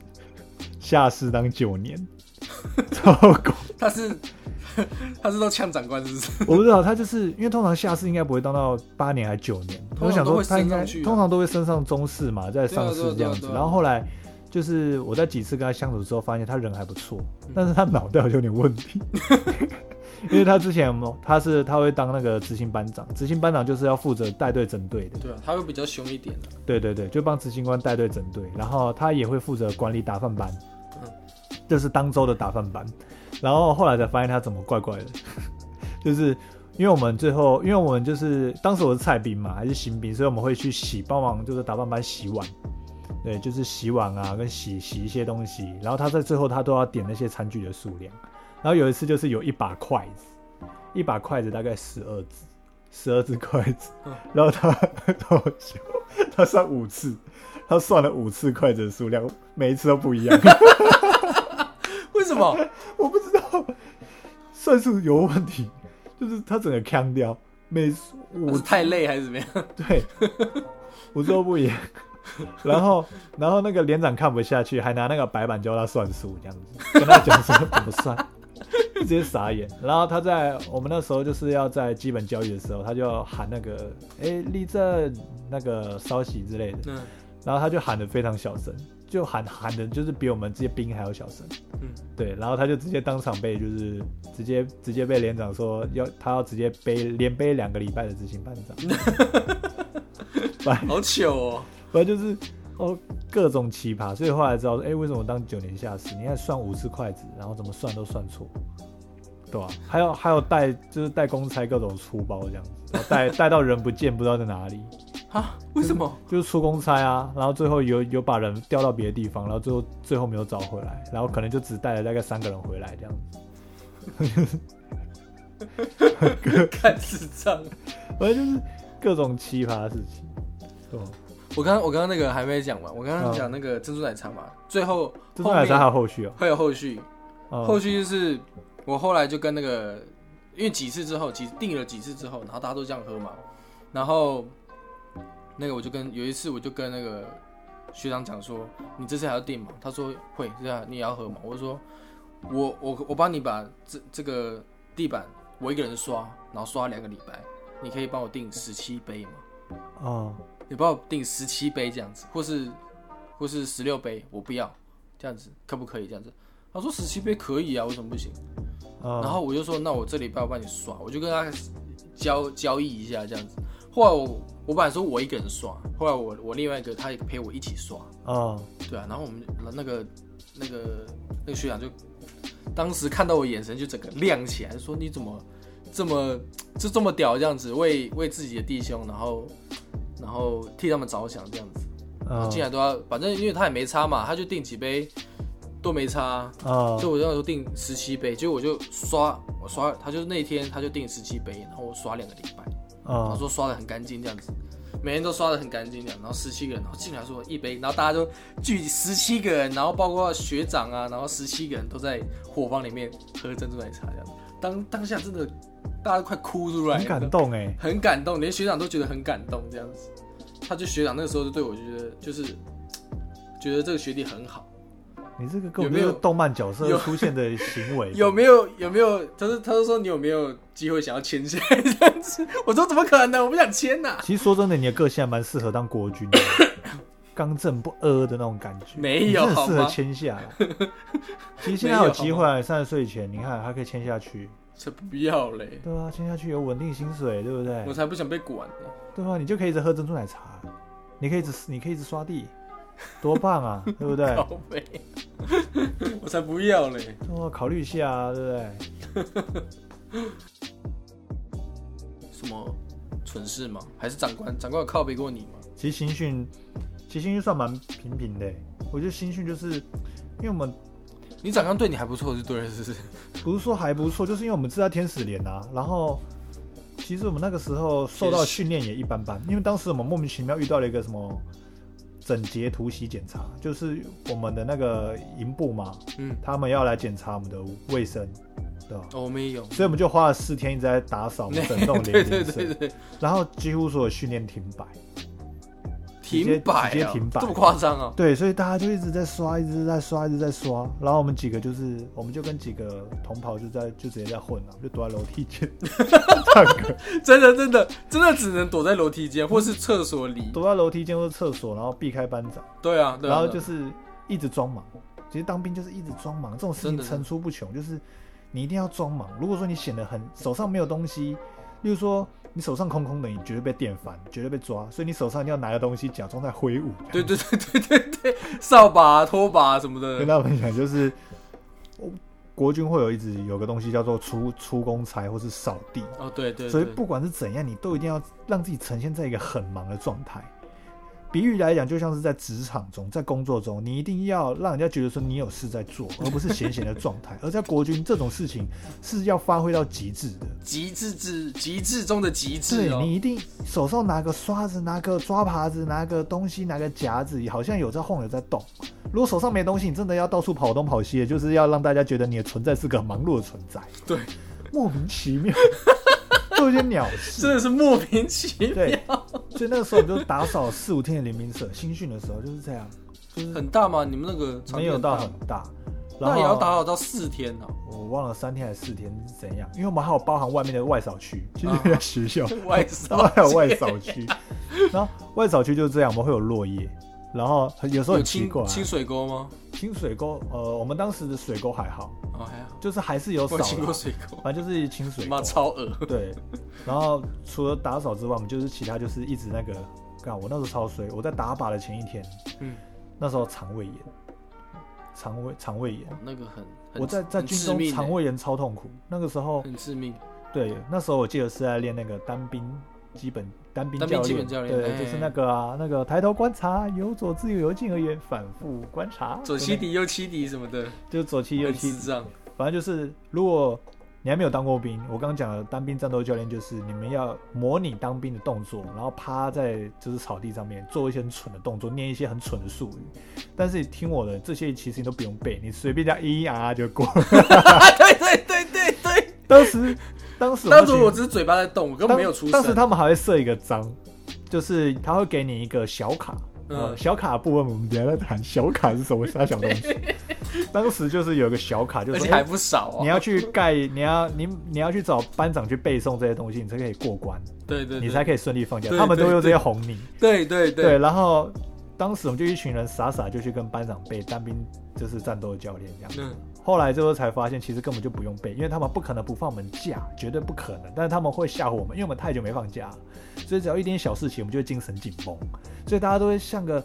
Speaker 2: 下士当九年，超狗。
Speaker 1: 他是 他是都呛长官是不是？
Speaker 2: 我不知道他就是因为通常下士应该不会当到八年还九年，
Speaker 1: 通
Speaker 2: 我
Speaker 1: 常
Speaker 2: 想
Speaker 1: 都会
Speaker 2: 说他应
Speaker 1: 升
Speaker 2: 该
Speaker 1: 上去啊
Speaker 2: 通常都会升上中士嘛，在上
Speaker 1: 对啊对啊
Speaker 2: 士这
Speaker 1: 对啊
Speaker 2: 样子
Speaker 1: 对。啊
Speaker 2: 然后后来就是我在几次跟他相处之后，发现他人还不错，但是他脑袋有点问 题。因为他之前有没有他是他会当那个执行班长，执行班长就是要负责带队整队的，
Speaker 1: 对啊，他会比较凶一点的、
Speaker 2: 对对对，就帮执行官带队整队，然后他也会负责管理打饭班
Speaker 1: 嗯，
Speaker 2: 就是当周的打饭班。然后后来才发现他怎么怪怪的， 就是因为我们最后，因为我们就是当时我是菜兵嘛，还是新兵，所以我们会去洗，帮忙就是打饭班洗碗，对，就是洗碗啊，跟洗洗一些东西。然后他在最后他都要点那些餐具的数量。然后有一次就是有一把筷子，一把筷子大概十二只，十二只筷子
Speaker 1: 嗯，
Speaker 2: 然后他 他好笑，他算五次，他算了五次筷子的数量，每一次都不一样。
Speaker 1: 为什么么？
Speaker 2: 我不知道，算术有问题，就是他整个腔调，每次我
Speaker 1: 是太累还是怎么样？
Speaker 2: 对，我做不赢。然后，然后那个连长看不下去，还拿那个白板教他算数，这样子跟他讲说怎么算， 直接傻眼。然后他在我们那时候就是要在基本教育的时候，他就喊那个哎立正、那个稍息之类的，
Speaker 1: 嗯
Speaker 2: 然后他就喊的非常小声，就喊喊的就是比我们这些兵还要小声。
Speaker 1: 嗯，
Speaker 2: 对，然后他就直接当场被就是直接直接被连长说要他要直接背连背两个礼拜的执行班长，反
Speaker 1: 好糗哦。
Speaker 2: 反正就是哦各种奇葩，所以后来知道说，哎、为什么当九年下士，你看算五次筷子，然后怎么算都算错，对吧、啊还有还有带就是带公差各种粗包这样子，然后带带到人不见不知道在哪里，
Speaker 1: 啊？为什么？
Speaker 2: 就是出公差啊，然后最后有有把人调到别的地方，然后最后最后没有找回来，然后可能就只带了大概三个人回来这样子。
Speaker 1: 看智障。
Speaker 2: 反正就是各种奇葩的事情，对吧？
Speaker 1: 我刚刚我刚刚那个还没讲完，我刚刚讲那个珍珠奶茶嘛，最后
Speaker 2: 这种奶茶还
Speaker 1: 后面
Speaker 2: 有后续哦、
Speaker 1: 会有后续，
Speaker 2: 嗯
Speaker 1: 后续就是我后来就跟那个，因为几次之后，几订了几次之后，然后大家都这样喝嘛，然后那个我就跟有一次我就跟那个学长讲说，你这次还要订吗？他说会，这样你也要喝嘛。我就说我我我帮你把这这个地板我一个人刷，然后刷两个礼拜，你可以帮我订十七杯吗？
Speaker 2: 嗯
Speaker 1: 你帮我订十七杯这样子，或是或是十六杯，我不要这样子，可不可以这样子？他说十七杯可以啊，为什么不行？
Speaker 2: 嗯，
Speaker 1: 然后我就说，那我这礼拜我帮你刷，我就跟他交交易一下这样子。后来我我本来说我一个人刷，后来我我另外一个他也陪我一起刷，
Speaker 2: 嗯，
Speaker 1: 对啊。然后我们那个那个那个学长就当时看到我眼神就整个亮起来，说你怎么这么就这么屌这样子，为为自己的弟兄，然后然后替他们着想这样子。然后
Speaker 2: 嗯
Speaker 1: 进来都要，反正因为他也没差嘛，他就订几杯都没差，啊
Speaker 2: 嗯
Speaker 1: 所以我那时候订十七杯，结果我就刷，我刷，他就是那一天他就订十七杯，然后我刷两个礼拜，他
Speaker 2: 嗯，
Speaker 1: 说刷的很干净这样子，每天都刷的很干净这样，然后十七个人，然后进来说一杯，然后大家都聚十七个人，然后包括学长啊，然后十七个人都在伙房里面喝珍珠奶茶这样子，当当下真的大家都快哭出来，
Speaker 2: 很感动哎、
Speaker 1: 很感动，连学长都觉得很感动这样子。他就学长那个时候就对我觉得就是嘖觉得这个学弟很好，
Speaker 2: 你这个根
Speaker 1: 有
Speaker 2: 本
Speaker 1: 没
Speaker 2: 就
Speaker 1: 有
Speaker 2: 是动漫角色
Speaker 1: 有
Speaker 2: 出现的行为，
Speaker 1: 有没有有没有？他说他就说你有没有机会想要签下来这样子？ 我说怎么可能？我不想签呐、
Speaker 2: 其实说真的，你的个性还蛮适合当国军的， 刚正不阿的那种感觉，
Speaker 1: 没有
Speaker 2: 你真的适
Speaker 1: 好
Speaker 2: 合
Speaker 1: 吗
Speaker 2: 签下 来。其实现在有机会啊，三十岁以前，你看还可以签下去，
Speaker 1: 才不要嘞！
Speaker 2: 对啊，签下去有稳定薪水，对不对
Speaker 1: 我？才不想被管呢。
Speaker 2: 对啊吧？你就可以一直喝珍珠奶茶，你可以一直你可以一直 刷地，多棒啊，对不对？
Speaker 1: 宝贝， 我才不要嘞！
Speaker 2: 哦，考虑一下啊，对不对？
Speaker 1: 什么蠢事吗？还是长官？长官有靠背过你吗？
Speaker 2: 其实新训，其实新训算蛮平平的欸。我觉得新训就是，因为我们
Speaker 1: 你长官对你还不错就对了，是不是？
Speaker 2: 不是说还不错，就是因为我们是在天使连啊。然后，其实我们那个时候受到
Speaker 1: 天使
Speaker 2: 训练也一般般，因为当时我们莫名其妙遇到了一个什么整洁突袭检查，就是我们的那个营部嘛，
Speaker 1: 嗯，
Speaker 2: 他们要来检查我们的卫生，对吧？
Speaker 1: 哦，我们也有。
Speaker 2: 所以我们就花了四天一直在打扫我 们整栋
Speaker 1: 对
Speaker 2: 连
Speaker 1: 对
Speaker 2: 连
Speaker 1: 对
Speaker 2: 舍，
Speaker 1: 对，
Speaker 2: 然后几乎所有训练停摆。直接
Speaker 1: 停摆
Speaker 2: 直接
Speaker 1: 啊，
Speaker 2: 停摆
Speaker 1: 这么夸张啊？
Speaker 2: 对，所以大家就一直在刷，一直在刷，一直在刷。然后我们几个就是，我们就跟几个同袍就在就直接在混啊了，就躲在楼梯间唱歌，
Speaker 1: 真的真的真的只能躲在楼梯间或是厕所里。
Speaker 2: 躲在楼梯间或者厕所，然后避开班长，
Speaker 1: 对啊，对啊。
Speaker 2: 然后
Speaker 1: 对
Speaker 2: 就
Speaker 1: 啊
Speaker 2: 是一直装忙。其实当兵就是一直装忙，这种事
Speaker 1: 真
Speaker 2: 情
Speaker 1: 的
Speaker 2: 层出不穷，就是你一定要装忙。如果说你显得很手上没有东西，例如说你手上空空的，你绝对被电翻，绝对被抓，所以你手上一定要拿个东西假装在挥舞。
Speaker 1: 对对对对对对，扫把、啊拖把什么
Speaker 2: 跟
Speaker 1: 的。
Speaker 2: 大家分享就是，我国军会有一直有个东西叫做出出公差或是扫地，
Speaker 1: 哦，对对
Speaker 2: 所以
Speaker 1: 对，
Speaker 2: 不管是怎样，你都一定要让自己呈现在一个很忙的状态。比喻来讲，就像是在职场中，在工作中，你一定要让人家觉得说你有事在做，而不是闲闲的状 态。而在国军这种事情是要发挥到极致的，
Speaker 1: 极致之极致中的极致
Speaker 2: 对
Speaker 1: 哦，
Speaker 2: 你一定手上拿个刷子，拿个抓耙子，拿个东西，拿个夹子，好像有在晃，有在动。如果手上没东西，你真的要到处跑东跑西的，就是要让大家觉得你的存在是个忙碌的存 在，
Speaker 1: 对，
Speaker 2: 莫名其 妙做一些鸟事。
Speaker 1: 真的是莫名其妙，
Speaker 2: 对，所以那个时候我们就打扫四五天的联名社，新训的时候就是这样，就是
Speaker 1: 很大吗？你们那个场地
Speaker 2: 没有
Speaker 1: 很
Speaker 2: 到
Speaker 1: 大
Speaker 2: 很大，然
Speaker 1: 那也要打
Speaker 2: 后
Speaker 1: 扫到四天哦呢、
Speaker 2: 我忘了三天还是四天是怎样，因为我们还有包含外面的外扫区，其实
Speaker 1: 啊
Speaker 2: 在学校，
Speaker 1: 外
Speaker 2: 然后
Speaker 1: 扫
Speaker 2: 还有外扫区，然后外扫区就是这样，我们会有落叶，然后很有时候
Speaker 1: 有
Speaker 2: 很奇
Speaker 1: 清
Speaker 2: 怪啊、
Speaker 1: 清水沟吗？
Speaker 2: 清水沟，呃，我们当时的水沟还好，
Speaker 1: 哦，还好，
Speaker 2: 就是还是有扫
Speaker 1: 我有哦清
Speaker 2: 啦
Speaker 1: 过，水沟，
Speaker 2: 反正就是清水沟
Speaker 1: 妈，超恶，
Speaker 2: 对，然后除了打扫之外，我们就是其他就是一直那个，干我那时候超衰，我在打靶的前一天，
Speaker 1: 嗯，
Speaker 2: 那时候肠胃炎，肠胃肠胃炎，
Speaker 1: 那个很，很
Speaker 2: 我在在
Speaker 1: 很
Speaker 2: 军
Speaker 1: 致
Speaker 2: 中
Speaker 1: 命欸嗯
Speaker 2: 肠胃炎超痛苦，那个时候
Speaker 1: 很致 命，
Speaker 2: 对，那时候我记得是在练那个单兵基本单兵
Speaker 1: 单
Speaker 2: 教
Speaker 1: 兵基
Speaker 2: 练，
Speaker 1: 本教练
Speaker 2: 对，
Speaker 1: 哎
Speaker 2: 就是那个啊，那个抬头观察，由左至右，由近而远，反复观察，
Speaker 1: 左七敌右七敌什么的，
Speaker 2: 就是左七右
Speaker 1: 很
Speaker 2: 七
Speaker 1: 智， 障，
Speaker 2: 反正就是如果你还没有当过兵，我刚刚讲的当兵战斗教练就是你们要模拟当兵的动作，然后趴在就是草地上面做一些很蠢的动作，念一些很蠢的术语。但是你听我的，这些其实你都不用背，你随便这样一啊就过。
Speaker 1: 啊，对对对对对，
Speaker 2: 当时，当时
Speaker 1: 当时
Speaker 2: 们
Speaker 1: 我只是嘴巴在动，我根本没有出
Speaker 2: 当时
Speaker 1: 声，
Speaker 2: 他们还会设一个章，就是他会给你一个小卡，呃，
Speaker 1: 嗯
Speaker 2: 小卡的部分我们等一下再谈小卡是什么啥小东 西。当时就是有一个小卡，就
Speaker 1: 而
Speaker 2: 是哎
Speaker 1: 且还不少
Speaker 2: 你
Speaker 1: 哦，
Speaker 2: 要去盖，你要你你要去找班长去背诵这些东西，你才可以过关，
Speaker 1: 对对，对
Speaker 2: 你才可以顺利放假。
Speaker 1: 对
Speaker 2: 他们都
Speaker 1: 对
Speaker 2: 用这些哄你。
Speaker 1: 对对
Speaker 2: 对，，然后当时我们就一群人傻傻就去跟班长背单兵就是战斗教练这样。
Speaker 1: 嗯，
Speaker 2: 后来之后才发现，其实根本就不用背，因为他们不可能不放我们假，绝对不可能。但是他们会吓唬我们，因为我们太久没放假了，所以只要一点小事情，我们就会精神紧绷，所以大家都会像个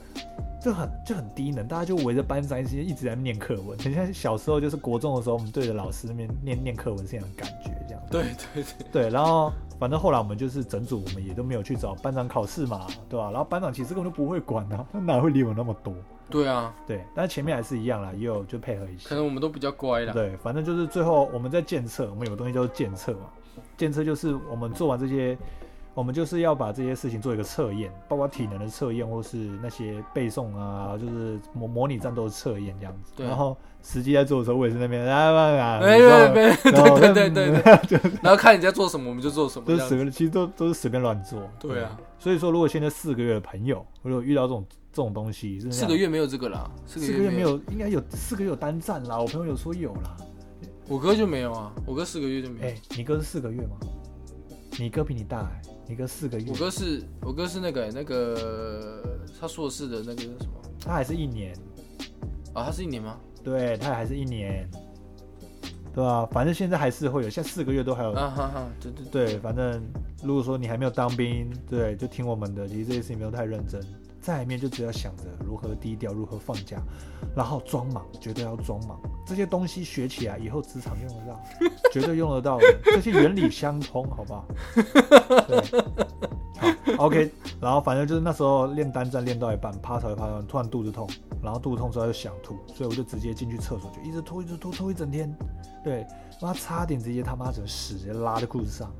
Speaker 2: 就很就很低能，大家就围着班长一起一直在念课文，很像小时候就是国中的时候，我们对着老师面念念课文是那种感觉这样。
Speaker 1: 对对对，
Speaker 2: 对，然后反正后来我们就是整组，我们也都没有去找班长考试嘛，对吧、然后班长其实根本就不会管啊，他哪会理我那么多？
Speaker 1: 对啊，
Speaker 2: 对，但前面还是一样啦，也有就配合一下
Speaker 1: 可。能我们都比较乖啦，
Speaker 2: 对，反正就是最后我们在建测，我们有个东西叫做建测嘛。建测就是我们做完这些，我们就是要把这些事情做一个测验，包括体能的测验，或是那些背诵啊，就是模模拟战斗的测验这样子。
Speaker 1: 对哎
Speaker 2: 然后实际在做的时候，我也是那边啊啊啊，
Speaker 1: 没
Speaker 2: 你知道
Speaker 1: 没
Speaker 2: 吗
Speaker 1: 没，
Speaker 2: 然后
Speaker 1: 哎对对对 对对，
Speaker 2: 就
Speaker 1: 然后看你在做什么，我们就做什么，这
Speaker 2: 都是
Speaker 1: 样
Speaker 2: 随
Speaker 1: 子
Speaker 2: 便，其实都都是随便乱做。
Speaker 1: 对啊，
Speaker 2: 所以说如果现在四个月的朋友，如果遇到这种这种东西，真的
Speaker 1: 四个。月没有这个啦，四
Speaker 2: 四个月没
Speaker 1: 没，
Speaker 2: 有，应该有四个月有单战啦。我朋友有说有啦，
Speaker 1: 我哥就没有啊，我哥四个月就没
Speaker 2: 哎、
Speaker 1: 有，
Speaker 2: 你哥是四个月吗？你哥比你大哎、你哥四个月
Speaker 1: 我，哥是我哥是那个那个他硕士的那个什么
Speaker 2: 他还是一年，
Speaker 1: 啊，他是一年吗？
Speaker 2: 对他还是一年，对啊，反正现在还是会有，现在四个月都还有。
Speaker 1: 啊哈哈，对对对，
Speaker 2: 对，反正如果说你还没有当兵，对，就听我们的，其实这些事情不用太认真。在里面就只要想着如何低调，如何放假，然后装忙，绝对要装忙。这些东西学起来以后，职场用 得到，绝对用得到的。这些原理相通，好不好？对，好，OK。然后反正就是那时候练单站练到一半，趴着趴着，突然肚子痛，然后肚子痛之后就想吐，所以我就直接进去厕所，就一直吐，一直吐，吐一整天。对，妈差点直接他妈整个屎直接拉在裤子上，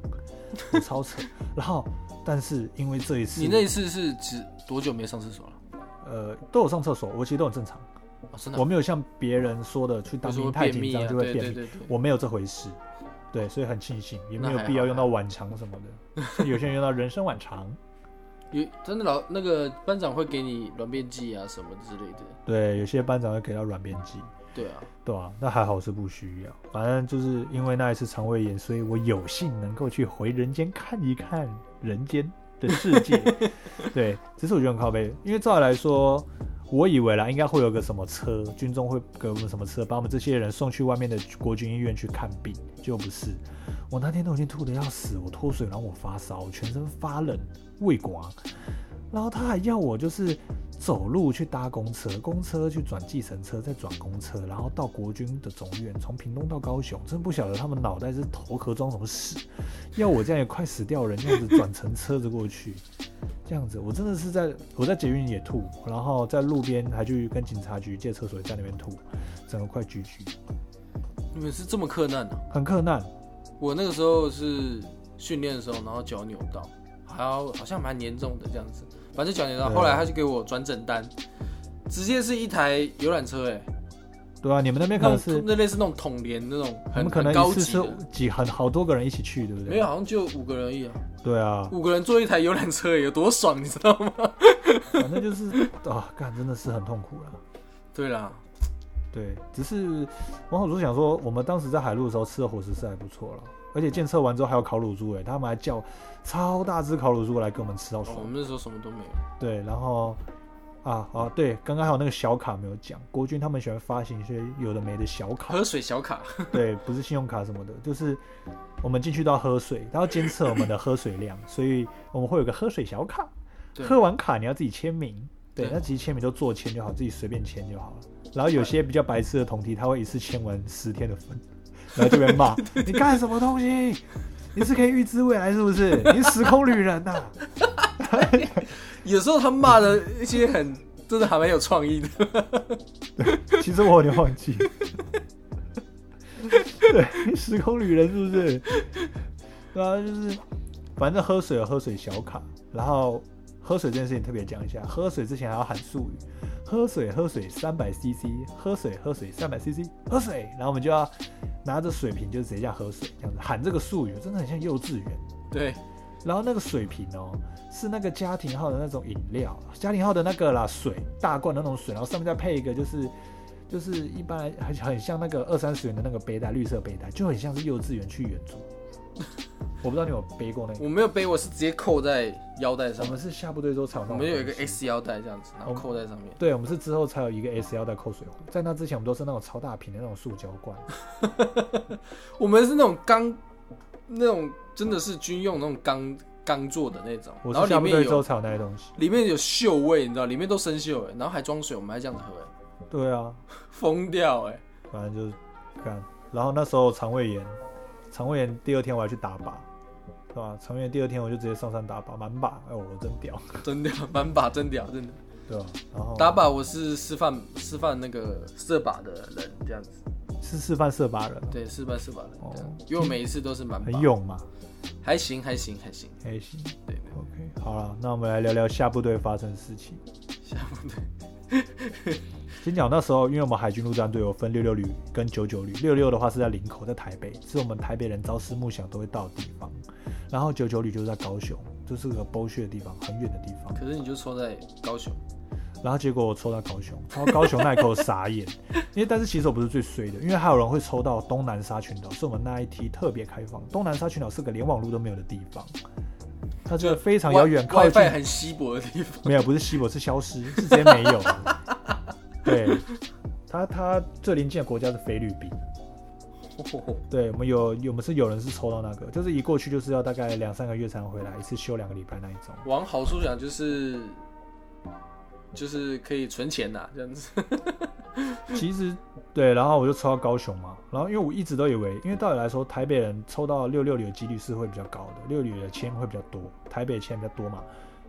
Speaker 2: 我超扯。 然后，但是因为这一次，
Speaker 1: 你那一次是指多久没上厕所了？
Speaker 2: 呃都有上厕所，我其实都很正常，
Speaker 1: 哦，真的
Speaker 2: 我
Speaker 1: 啊，
Speaker 2: 没有像别人说的
Speaker 1: 就
Speaker 2: 去当
Speaker 1: 是
Speaker 2: 兵
Speaker 1: 会
Speaker 2: 太
Speaker 1: 便
Speaker 2: 紧
Speaker 1: 秘
Speaker 2: 张
Speaker 1: 啊，
Speaker 2: 就会
Speaker 1: 对
Speaker 2: 便
Speaker 1: 对
Speaker 2: 秘，
Speaker 1: 对对，
Speaker 2: 我没有这回事。对，所以很庆幸，也没有
Speaker 1: 那还好
Speaker 2: 必要用到晚肠什么的。像有些人用到人参晚肠，
Speaker 1: 有真的老那个班长会给你软便剂啊什么之类的，
Speaker 2: 对，有些班长会给到软便剂，
Speaker 1: 对啊，
Speaker 2: 对啊，那还好是不需要。反正就是因为那一次肠胃炎，所以我有幸能够去回人间看一看人间的世界。对，只是我觉得很靠背，因为照理来说，我以为啦，应该会有个什么车，军中会给我们什么车，把我们这些人送去外面的国军医院去看病，结果不是。我那天都已经吐得要死，我脱水，然后我发烧，我全身发冷，胃刮，然后他还要我就是走路去搭公车，公车去转计程车，再转公车，然后到国军的总院，从屏东到高雄，真不晓得他们脑袋是头壳装什么屎，要我这样也快死掉的人这样子转乘车子过去，这样子，我真的是在我在捷运也吐，然后在路边还去跟警察局借厕所在那边吐，整个快局局，
Speaker 1: 你们是这么克难的、啊
Speaker 2: 很困难。
Speaker 1: 我那个时候是训练的时候，然后脚扭到，还好好像蛮严重的这样子，反正脚扭到，
Speaker 2: 对啊
Speaker 1: 后来他就给我转诊单，直接是一台游览车、欸，哎，
Speaker 2: 对啊，你们那边可
Speaker 1: 那
Speaker 2: 能
Speaker 1: 种
Speaker 2: 是
Speaker 1: 那类似那种统联那种
Speaker 2: 你
Speaker 1: 很
Speaker 2: 们可能
Speaker 1: 很高
Speaker 2: 一次
Speaker 1: 级
Speaker 2: 是
Speaker 1: 的，
Speaker 2: 几很好多个人一起去，对不对？
Speaker 1: 没有，好像就五个人而已啊，
Speaker 2: 对啊，
Speaker 1: 五个人坐一台游览车欸有多爽，你知道 吗？
Speaker 2: 反正就是 啊，干真的是很痛苦了。
Speaker 1: 对啦，
Speaker 2: 对，只是王好猪想说，我们当时在海陆的时候吃的伙食是还不错了，而且检测完之后还有烤乳猪，哎，他们还叫超大只烤乳猪来给我们吃到爽
Speaker 1: 哦。我们那时候什么都没有。
Speaker 2: 对，然后啊啊，对，刚刚还有那个小卡没有讲，国军他们喜欢发行一些有的没的小卡，
Speaker 1: 喝水小卡，
Speaker 2: 对，不是信用卡什么的，就是我们进去都要喝水，他要监测我们的喝水量，所以我们会有个喝水小卡，
Speaker 1: 对
Speaker 2: 喝完卡你要自己签名。对，
Speaker 1: 对
Speaker 2: 那其实签名都做签就好，自己随便签就好了。然后有些比较白痴的同题，他会一次签完十天的分，然后就被 骂：“你干什么东西？你是可以预知未来是不是？你是时空旅人啊呐、
Speaker 1: 有时候他骂的一些很真的还蛮有创意的。
Speaker 2: 其实我有点忘记。对，时空旅人是不是？对啊，就是反正喝水有喝水小卡，然后喝水这件事情特别讲一下，喝水之前还要喊术语，喝水喝水三百 CC，喝水喝水三百 CC，喝水，然后我们就要拿着水瓶就直接这样喝水，这样子喊这个术语，真的很像幼稚园。
Speaker 1: 对，
Speaker 2: 然后那个水瓶哦，是那个家庭号的那种饮料，家庭号的那个啦水，大罐的那种水，然后上面再配一个就是就是一般来很很像那个二三十元的那个背带，绿色背带，就很像是幼稚园去远足。 我不知道你有背过那个，
Speaker 1: 我没有背，我是直接扣在腰带
Speaker 2: 我
Speaker 1: 上
Speaker 2: 们。是下部队之后才有那
Speaker 1: 我
Speaker 2: 种
Speaker 1: 们有一
Speaker 2: 东
Speaker 1: 个
Speaker 2: 西
Speaker 1: X 腰带这样子，然后扣在上面。
Speaker 2: 对，我们是之后才有一个 S 腰带扣水壶，在那之前我们都是那种超大瓶的那种塑胶罐，
Speaker 1: 我们是那种钢，那种真的是军用那种钢钢做的那种，
Speaker 2: 我
Speaker 1: 然后
Speaker 2: 是下
Speaker 1: 里
Speaker 2: 部
Speaker 1: 面
Speaker 2: 队之后
Speaker 1: 有
Speaker 2: 才有那些东西。
Speaker 1: 里面有锈味，你知道，里面都生锈哎，然后还装水，我们还这样子喝哎，
Speaker 2: 对啊，
Speaker 1: 疯掉哎。
Speaker 2: 反正就是干。然后那时候肠胃炎，肠胃炎第二天我还去打靶，是吧？肠胃炎第二天我就直接上山打靶，满靶，哎、我真屌，
Speaker 1: 真 屌，满把真屌，真的
Speaker 2: 对吧？然后
Speaker 1: 打靶，我是示范示范那个射靶的人，这样子，
Speaker 2: 是示范射靶人，
Speaker 1: 对，示范射靶人，这样
Speaker 2: 哦，
Speaker 1: 因为我每一次都是满
Speaker 2: 很
Speaker 1: 靶，
Speaker 2: 勇嘛，
Speaker 1: 还行还行还行，
Speaker 2: 还行。
Speaker 1: 对
Speaker 2: OK，好了，那我们来聊聊下部队发生的事情。
Speaker 1: 下部队
Speaker 2: 先讲那时候，因为我们海军陆战队有分六六旅跟九九旅，六六的话是在林口，在台北，是我们台北人朝思暮想都会到的地方。然后九九旅就是在高雄，就是个剥削的地方，很远的地方。
Speaker 1: 可是你就抽在高雄，
Speaker 2: 然后结果我抽到高雄，抽到高雄那一刻我傻眼， 因为但是其实我不是最衰的，因为还有人会抽到东南沙群岛，是我们那一梯特别开放。东南沙群岛是个连网路都没有的地方，它就是非常遥远，靠近
Speaker 1: WiFi 很稀薄的地方，
Speaker 2: 没有不是稀薄，是消失，是直接没有。对，它它最邻近的国家是菲律宾。对，我们有我们是有人是抽到那个，就是一过去就是要大概两三个月才能回来，一次休两个礼拜那一种。
Speaker 1: 往好处想就是就是可以存钱呐、这样子，
Speaker 2: 其实对，然后我就抽到高雄嘛，然后因为我一直都以为，因为道理来说，台北人抽到六六旅的几率是会比较高的，六旅的签会比较多，台北签比较多嘛。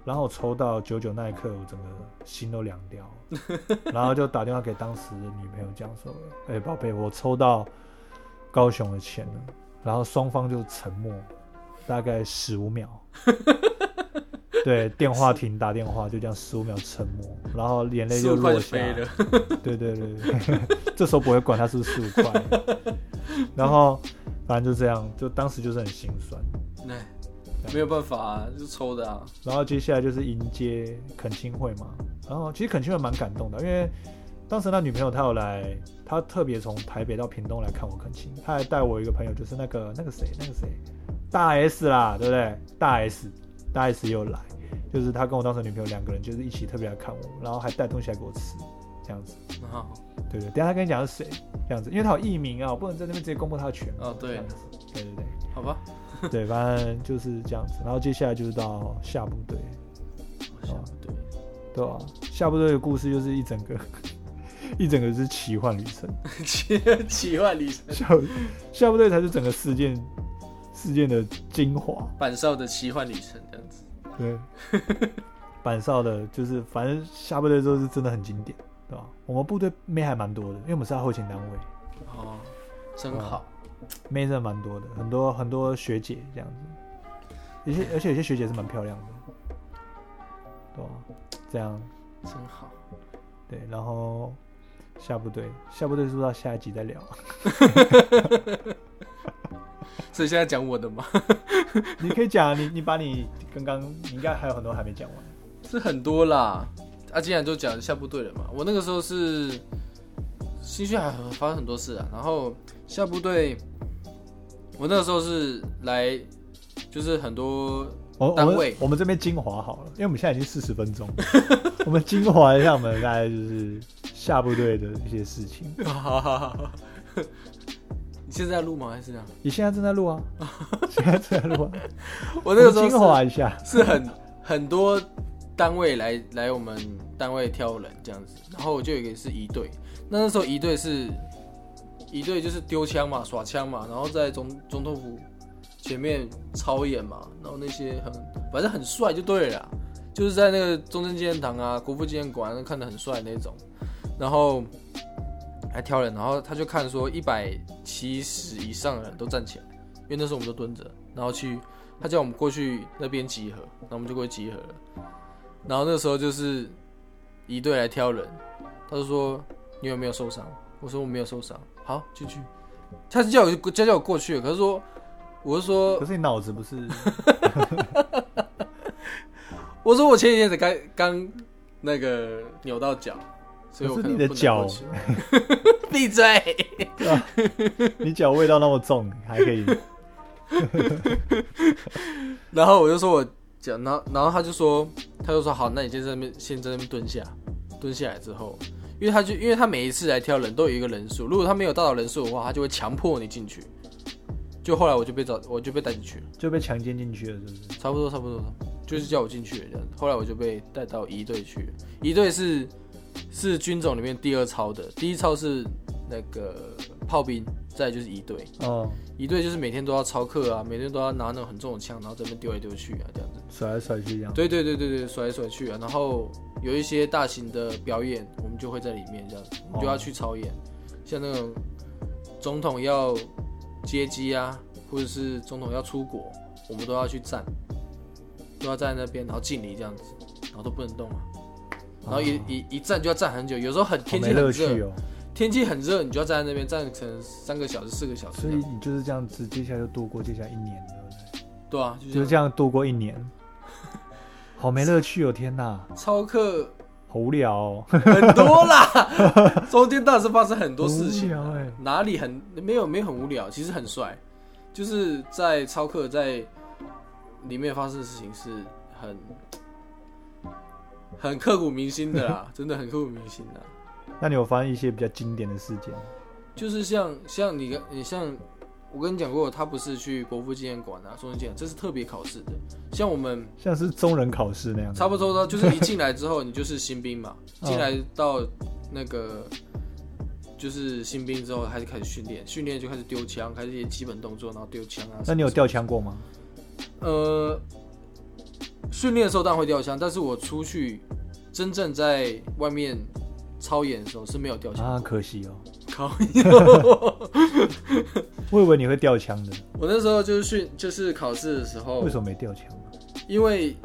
Speaker 2: 然后我抽到九九那一刻，我整个心都凉 掉了，然后就打电话给当时的女朋友讲说：“哎、宝贝，我抽到高雄的签了。”然后双方就沉默，大概十 五秒。对，电话亭打电话就这样十五秒沉默，然后眼泪
Speaker 1: 十
Speaker 2: 就
Speaker 1: 五块
Speaker 2: 落
Speaker 1: 就
Speaker 2: 下
Speaker 1: 飞
Speaker 2: 来。
Speaker 1: 了，
Speaker 2: 对对对，对这时候不会管他是不是十五块，然后反正就这样，就当时就是很心酸。
Speaker 1: 哎，没有办法、啊，就抽的啊，
Speaker 2: 然后接下来就是迎接恳亲会嘛，然后其实恳亲会蛮感动的，因为当时那女朋友她有来，她特别从台北到屏东来看我恳亲，她还带我一个朋友，就是那个那个谁那个谁大 S 啦，对不对？大 S 大 S 也有来，就是她跟我当时女朋友两个人就是一起特别来看我，然后还带东西来给我吃，这样子。
Speaker 1: 很好，
Speaker 2: 对对，等一下跟你讲是谁，这样子，因为他有艺名啊，我不能在那边直接公布他的全名。
Speaker 1: 哦对
Speaker 2: 这样子对对对，
Speaker 1: 好吧，
Speaker 2: 对，反正就是这样子。然后接下来就是到下部队，
Speaker 1: 好 像对，
Speaker 2: 对吧、下部队的故事就是一整个 一整个是奇幻旅程，
Speaker 1: 奇奇幻旅程，
Speaker 2: 下下部队才是整个事件事件的精华。
Speaker 1: 板少的奇幻旅程这样子，
Speaker 2: 对，板少的，就是反正下部队之后是真的很经典，对吧？我们部队妹还蛮多的，因为我们是在后勤单位，
Speaker 1: 哦，真好。
Speaker 2: 妹真的蛮多的，很多很多学姐这样子，有些而且有些学姐是蛮漂亮的，对吧？这样
Speaker 1: 真好，
Speaker 2: 对，然后下部队，下部队是不是到下一集再聊？
Speaker 1: 所以现在讲我的嘛，
Speaker 2: 你可以讲，啊你你把你刚刚你应该还有很多还没讲完。
Speaker 1: 是很多啦。啊，既然都讲下部队了嘛，我那个时候是新训还很发生很多事啊，然后下部队，我那个时候是来就是很多
Speaker 2: 我我
Speaker 1: 单
Speaker 2: 们
Speaker 1: 位
Speaker 2: 我们这边精华好了，因为我们现在已经四十分钟 了，我们精华一下我们大概就是下部队的一些事情。
Speaker 1: 好好好，你现在录吗？还是这样？
Speaker 2: 你现在正在录 啊，现在正在录啊，
Speaker 1: 我那个时
Speaker 2: 我们精
Speaker 1: 候
Speaker 2: 华一下，
Speaker 1: 是是很很多单位来来我们单位挑人这样子，然后我就有一个是一队，那那时候一队是一队就是丢枪嘛、耍枪嘛，然后在总总统府前面操演嘛，然后那些很反正很帅就对了啦，就是在那个中正纪念堂啊、国父纪念馆看得很帅那种，然后还挑人，然后他就看说一百七十以上的人都站起来，因为那时候我们都蹲着，然后去他叫我们过去那边集合，那我们就过去集合了，然后那时候就是一队来挑人，他就说你有没有受伤？我说我没有受伤，好进去，他是叫我叫叫我过去，可是说我是说
Speaker 2: 可是你脑子不是
Speaker 1: 我说我前几天才刚刚那个扭到脚，所以我
Speaker 2: 可是
Speaker 1: 可能
Speaker 2: 你的
Speaker 1: 不能
Speaker 2: 脚
Speaker 1: 过 去。闭嘴！
Speaker 2: 你脚味道那么重，还可以
Speaker 1: 然后我就说我脚，然后然后他就说，他就说好，那你先在那边先在那边蹲下，蹲下来之后，因为他就因为他每一次来挑人都有一个人数，如果他没有到达人数的话，他就会强迫你进去。就后来我就被找，我就被带进去了，
Speaker 2: 就被强奸进去了，是不是？
Speaker 1: 差不多差不多，就是叫我进去了这样。后来我就被带到一队去了，一队是是军种里面第二操的，第一操是那个炮兵，再来就是一队，
Speaker 2: 哦，
Speaker 1: 一队就是每天都要操课啊，每天都要拿那种很重的枪，然后在那边丢来丢去啊这样子。
Speaker 2: 甩来甩去这样。
Speaker 1: 对对对对对，甩来甩去啊。然后有一些大型的表演，我们就会在里面这样，我们就要去操演，像那种总统要接机啊，或者是总统要出国，我们都要去站，都要站在那边，然后敬礼这样子，然后都不能动啊。然后一、
Speaker 2: 哦
Speaker 1: 一一站就要站很久，有时候很
Speaker 2: 好
Speaker 1: 天气
Speaker 2: 没
Speaker 1: 很
Speaker 2: 乐
Speaker 1: 热，
Speaker 2: 趣哦，
Speaker 1: 天气很热，你就要站在那边站成三个小时、四个小时这
Speaker 2: 所以
Speaker 1: 样，
Speaker 2: 你就是这样子，接下来就度过接下来一年，对不对？
Speaker 1: 对啊，就
Speaker 2: 就是
Speaker 1: 是
Speaker 2: 这样度过 一年，好没乐趣哦！天哪，
Speaker 1: 超课
Speaker 2: 好无聊哦，
Speaker 1: 很多啦， 中间当然是发生很多事情啊
Speaker 2: 很无聊欸
Speaker 1: 哪里很没有没有很无聊，其实很帅，就是在超课在里面发生的事情是很很刻骨铭心的啦，真的很刻骨铭心的啊，
Speaker 2: 那你有发现一些比较经典的事件？
Speaker 1: 就是像像你跟你像我跟你讲过，他不是去国父纪念馆啊、中正纪念馆，这是特别考试的，像我们。
Speaker 2: 像是中人考试那样子，
Speaker 1: 差不多 的，就是你进来之后，你就是新兵嘛。
Speaker 2: 嗯
Speaker 1: 进来到那个就是新兵之后，开始开始训练，训练就开始丢枪，开始一些基本动作，然后丢枪啊。
Speaker 2: 那你有？掉枪过吗？
Speaker 1: 呃，训练的时候当然会掉枪，但是我出去真正在外面操演的时候是没有掉枪。
Speaker 2: 啊，可惜哦，
Speaker 1: 靠腰！
Speaker 2: 我以为你会掉枪的，
Speaker 1: 我那时候就是训，就是考试的时候
Speaker 2: 为，什么没掉枪啊？
Speaker 1: 因为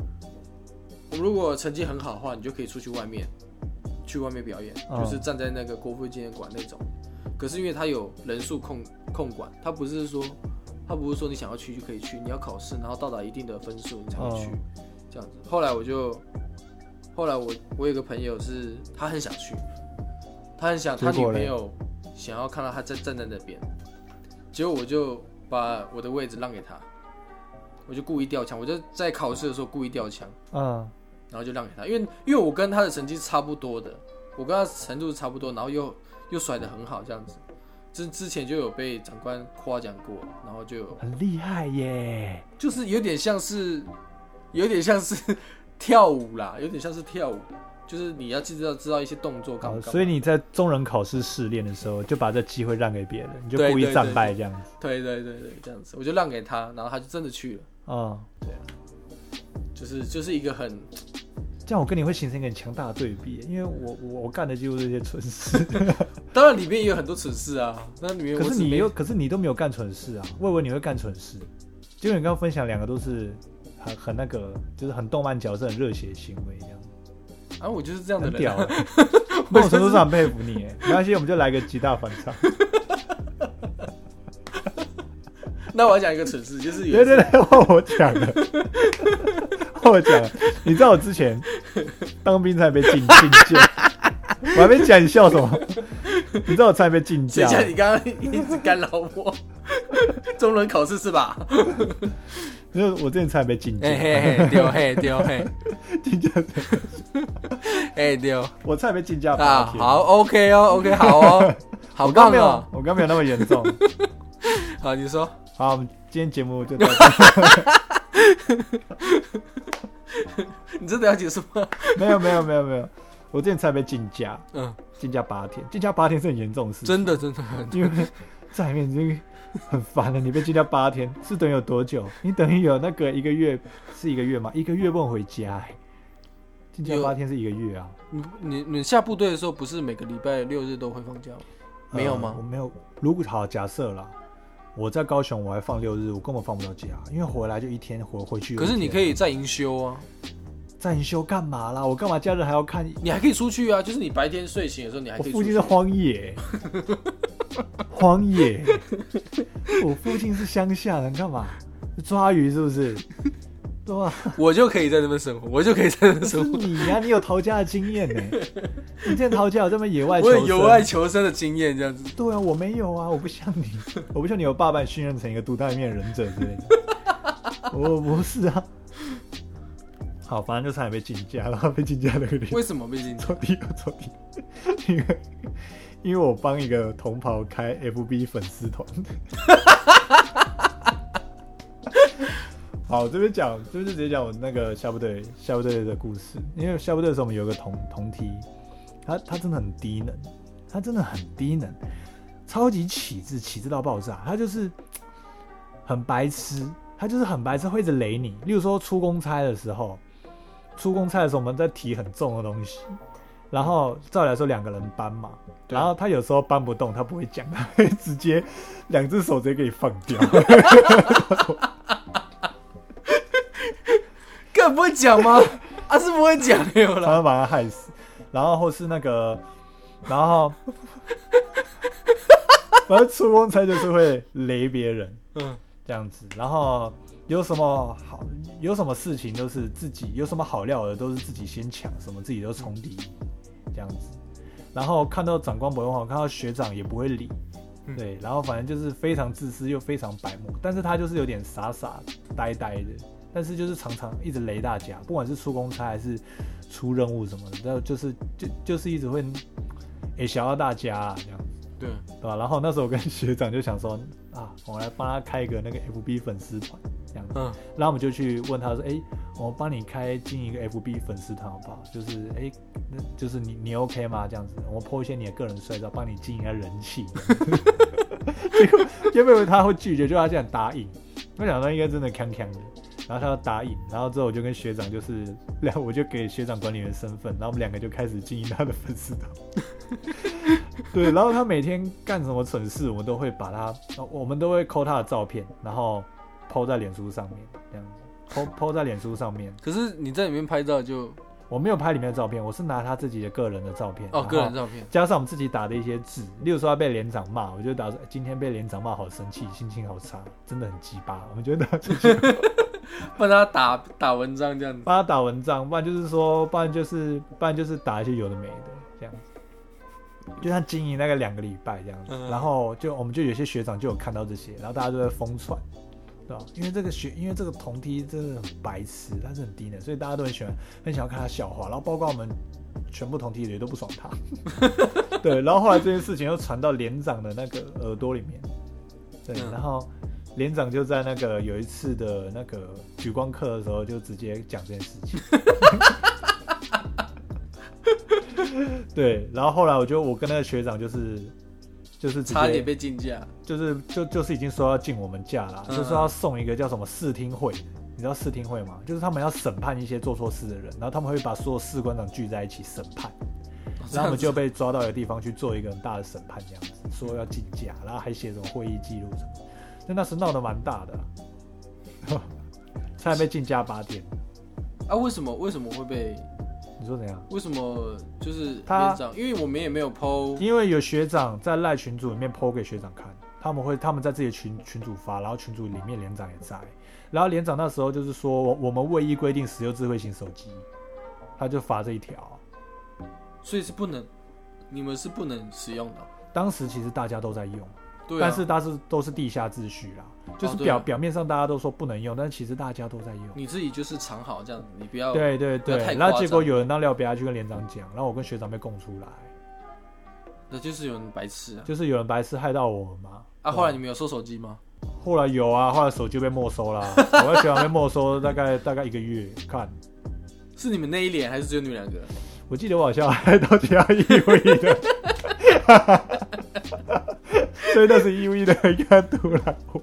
Speaker 1: 如果成绩很好的话，你就可以出去外面，去外面表演，
Speaker 2: 嗯
Speaker 1: 就是站在那个国父纪念馆那种。可是因为它有人数控控管，它不是说它不是说你想要去就可以去，你要考试，然后到达一定的分数你才会去，这样子。后来我就，后来我我有个朋友是他很想去，他很想他
Speaker 2: 结
Speaker 1: 女
Speaker 2: 果嘞
Speaker 1: 朋友想要看到他在站在那边，结果我就把我的位置让给他，我就故意掉枪，我就在考试的时候故意掉枪，
Speaker 2: 嗯，
Speaker 1: 然后就让给他，因为因为我跟他的成绩差不多的，我跟他程度差不多，然后又又甩得很好这样子，之之前就有被长官夸奖过，然后就有
Speaker 2: 很厉害耶，
Speaker 1: 就是有点像是，有点像是 跳舞啦，有点像是跳舞，就是你要知道知道一些动作干
Speaker 2: 好
Speaker 1: 嘛，
Speaker 2: 呃哦所以你在中人考试试练的时候，就把这机会让给别人，你就故意战败这样子，哦
Speaker 1: 对对对对，这样子，我就让给他，然后他就真的去了，
Speaker 2: 嗯，
Speaker 1: 对啊，就是就是一个很
Speaker 2: 这样我跟你会形成一个很强大的对比，因为我我我干的就是这些蠢事，
Speaker 1: 当然里面也有很多蠢事啊，那里面
Speaker 2: 可
Speaker 1: 我
Speaker 2: 是
Speaker 1: 只
Speaker 2: 你
Speaker 1: 没
Speaker 2: 又可是你都没有干蠢事啊，我以为你会干蠢事，结果你刚刚分享两个都是很很那个，就是很动漫角色很热血的行为这样，
Speaker 1: 啊，我就是这样的
Speaker 2: 很
Speaker 1: 人啊、
Speaker 2: 屌、欸，某种程度上很佩服你、欸，没关系，我们就来个极大反差，
Speaker 1: 那我要讲一个蠢事，就是有
Speaker 2: 对
Speaker 1: 一次
Speaker 2: 对对，换我讲了，换我讲了，你知道我之前当兵才被禁禁教，我还没讲你笑什么，你知道我差点被禁
Speaker 1: 谁
Speaker 2: 教，
Speaker 1: 叫你刚刚一直干扰我？ 中文考试是 吧？
Speaker 2: 就是我之前差点被禁教
Speaker 1: 嘿。嘿嘿，丢嘿丢 嘿，
Speaker 2: 竞价，
Speaker 1: 哎丢
Speaker 2: 我差点被竞价
Speaker 1: 啊，
Speaker 2: 八天。
Speaker 1: 好 OK 哦，OK 好 哦，好
Speaker 2: 我刚
Speaker 1: 棒
Speaker 2: 没有
Speaker 1: 哦，，
Speaker 2: 我刚没有那么严 重。
Speaker 1: 好你说，
Speaker 2: 好，我们今天节目就到这。
Speaker 1: 你真的要结束 吗？
Speaker 2: 没有，没有，没有，没有。我之前差点被竞价，
Speaker 1: 嗯，
Speaker 2: 竞价八天，竞价八天是很严重的事，
Speaker 1: 真的真的很
Speaker 2: 因为在里面已经很烦了。你被竞价八天是等于有多久？你等于有那个一个月是一个月吗？一个月不能回家、欸，竞价
Speaker 1: 有
Speaker 2: 八天是一个月啊？
Speaker 1: 你你你下部队的时候，不是每个礼拜六日都会放假吗？没有吗
Speaker 2: 呃我没有。如果好假设啦，我在高雄我还放六日，我根本放不到假，因为回来就一天，回回去又一
Speaker 1: 可
Speaker 2: 天。
Speaker 1: 是你可以在营休啊，
Speaker 2: 暂休干嘛啦？我干嘛假日还 要看？
Speaker 1: 你还可以出去啊，就是你白天睡醒的时候，你还
Speaker 2: 我
Speaker 1: 可以
Speaker 2: 附
Speaker 1: 出
Speaker 2: 近
Speaker 1: 去
Speaker 2: 是。荒野，荒野， 我附近是乡下，能干嘛？抓鱼是不是？ 对吧？
Speaker 1: 我就可以在那边生活，我就可以在那边
Speaker 2: 是
Speaker 1: 生活。
Speaker 2: 你呀、你有逃家的经验 呢、你之前逃家有这么野外求
Speaker 1: 我有
Speaker 2: 生？
Speaker 1: 由外求生的经验，这样子。
Speaker 2: 对啊，我没有啊，我不像你，我不像你有爸爸训练成一个独当一面忍者之类的， 我不是啊。好，反正就差点被禁驾，然 后被禁驾那个地方
Speaker 1: 为什么被 禁止？
Speaker 2: 抽屉有抽屉，因为因为我帮一个同袍开 FB 粉丝团。好，这边讲就是直接讲我那个下部队下部队的故事，因为下部队的时候我们有一个同同梯，他他真的很低能，他真的很低能，超级启智，启智到爆炸，他就是很白痴，他就是很白痴，会一直雷你。例如说出公差的时候，出公差的时候我们在提很重的东西，然后照理来说两个人搬嘛，
Speaker 1: 对
Speaker 2: 然后他有时候搬不动，他不会讲， 他会直接两只手直接给你放掉。
Speaker 1: 更不会讲 吗？啊，是不会讲没有
Speaker 2: 然
Speaker 1: 啦。
Speaker 2: 后把他害死，然后或是那个，然后， 反正出公差就是会雷别人
Speaker 1: 嗯，
Speaker 2: 这样子，然后有什么好，有什么事情都是自己，有什么好料的都是自己先抢，什么自己都冲第一这样子，然后看到长官不用好，看到学长也不会理。
Speaker 1: 嗯
Speaker 2: 对，然后反正就是非常自私又非常白目，但是他就是有点傻傻呆呆的，但是就是常常一直雷大家，不管是出公差还是出任务什么的，然后就是就就是一直会诶想到大家啊这样，
Speaker 1: 对，嗯
Speaker 2: 对吧？然后那时候我跟学长就想说啊，我来帮他开一个那个 FB 粉丝团这样子，
Speaker 1: 嗯，
Speaker 2: 然后我们就去问他说，诶，我帮你开进一个 FB 粉丝团好不好？就是诶，那就是你你 OK 吗？这样子，我 po 一些你的个人帅照，帮你经营一下人气。 结果原本以为他会拒绝，就他竟然答应，我想到应该真的锵锵的。然后他就答应，然后之后我就跟学长就是， 然后我就给学长管理员身份，然后我们两个就开始经营他的粉丝团。 对，然后他每天干什么蠢事，我们都会把他，我们都会抠他的照片，然后 PO 在脸书上面，这样子，PO PO 在脸书上面。
Speaker 1: 可是你在里面拍照就
Speaker 2: 我没有拍里面的照片，我是拿他自己的个人的照片，
Speaker 1: 哦，
Speaker 2: 然后
Speaker 1: 个人照片，
Speaker 2: 加上我们自己打的一些字，例如说他被连长骂，我就打说哎今天被连长骂好生气，心情好差，真的很鸡巴。我们觉得
Speaker 1: 帮他打打文章这样子。
Speaker 2: 帮他打文章，不然就是说，不然就是不然就是打一些有的没的这样子。就像经营那个两个礼拜这样子，
Speaker 1: 嗯
Speaker 2: 然后就我们就有些学长就有看到这些，然后大家都在疯传，对吧？因为这个学，因为这个同梯真的很白痴，他是很低能，所以大家都很喜欢，很想要看他笑话。然后包括我们全部同梯的也都不爽他， 对。然后后来这件事情又传到连长的那个耳朵里面，对，
Speaker 1: 嗯
Speaker 2: 然后连长就在那个有一次的那个举光课的时候，就直接讲这件事情。 对，然后后来我就我跟那个学长就是就是直
Speaker 1: 差
Speaker 2: 接
Speaker 1: 点被禁驾，
Speaker 2: 就是就就是已经说要进我们假了，
Speaker 1: 嗯
Speaker 2: 就说要送一个叫什么视听会，知道试听会吗？就是他们要审判一些做错事的人，然后他们会把所有士官长聚在一起审判，哦然后他们就被抓到一个地方去做一个很大的审判，这样子说要禁驾，然后还写什么会议记录什么，那那时闹得蛮大的啊、 差点被禁驾八天。
Speaker 1: 啊？为什么为什么会被？
Speaker 2: 你说怎样？
Speaker 1: 为什么就是
Speaker 2: 他
Speaker 1: 连长？因为我们也没有剖
Speaker 2: 因为有学长在赖群组里面 PO 给学长看，他们会他们在自己的群群组发，然后群组里面连长也在，然后连长那时候就是说我我们未依规定使用智慧型手机，他就发这一条。
Speaker 1: 所以是不能，你们是不能使用的。
Speaker 2: 当时其实大家都在用，
Speaker 1: 对啊，
Speaker 2: 但是大是都是地下秩序啦，就是
Speaker 1: 对
Speaker 2: 表、
Speaker 1: 啊
Speaker 2: 表面上大家都说不能用，但是其实大家都在用。
Speaker 1: 你自己就是藏好这样，你不要
Speaker 2: 对对
Speaker 1: 不要太
Speaker 2: 对，然后
Speaker 1: 夸
Speaker 2: 结果
Speaker 1: 张
Speaker 2: 有人当廖北亚去跟连长讲，然后我跟学长被供出来，
Speaker 1: 那就是有人白痴啊！
Speaker 2: 就是有人白痴害到我们嘛。
Speaker 1: 啊，
Speaker 2: 对
Speaker 1: 后来你们有收手机吗？
Speaker 2: 后来有啊，后来手机被没收啦，我在学长被没收大概大概一个月。看，
Speaker 1: 是你们那一脸，还是只有你们两个？
Speaker 2: 我记得我好像 还到其他义务役的， 所以那是义务役的人看突然我，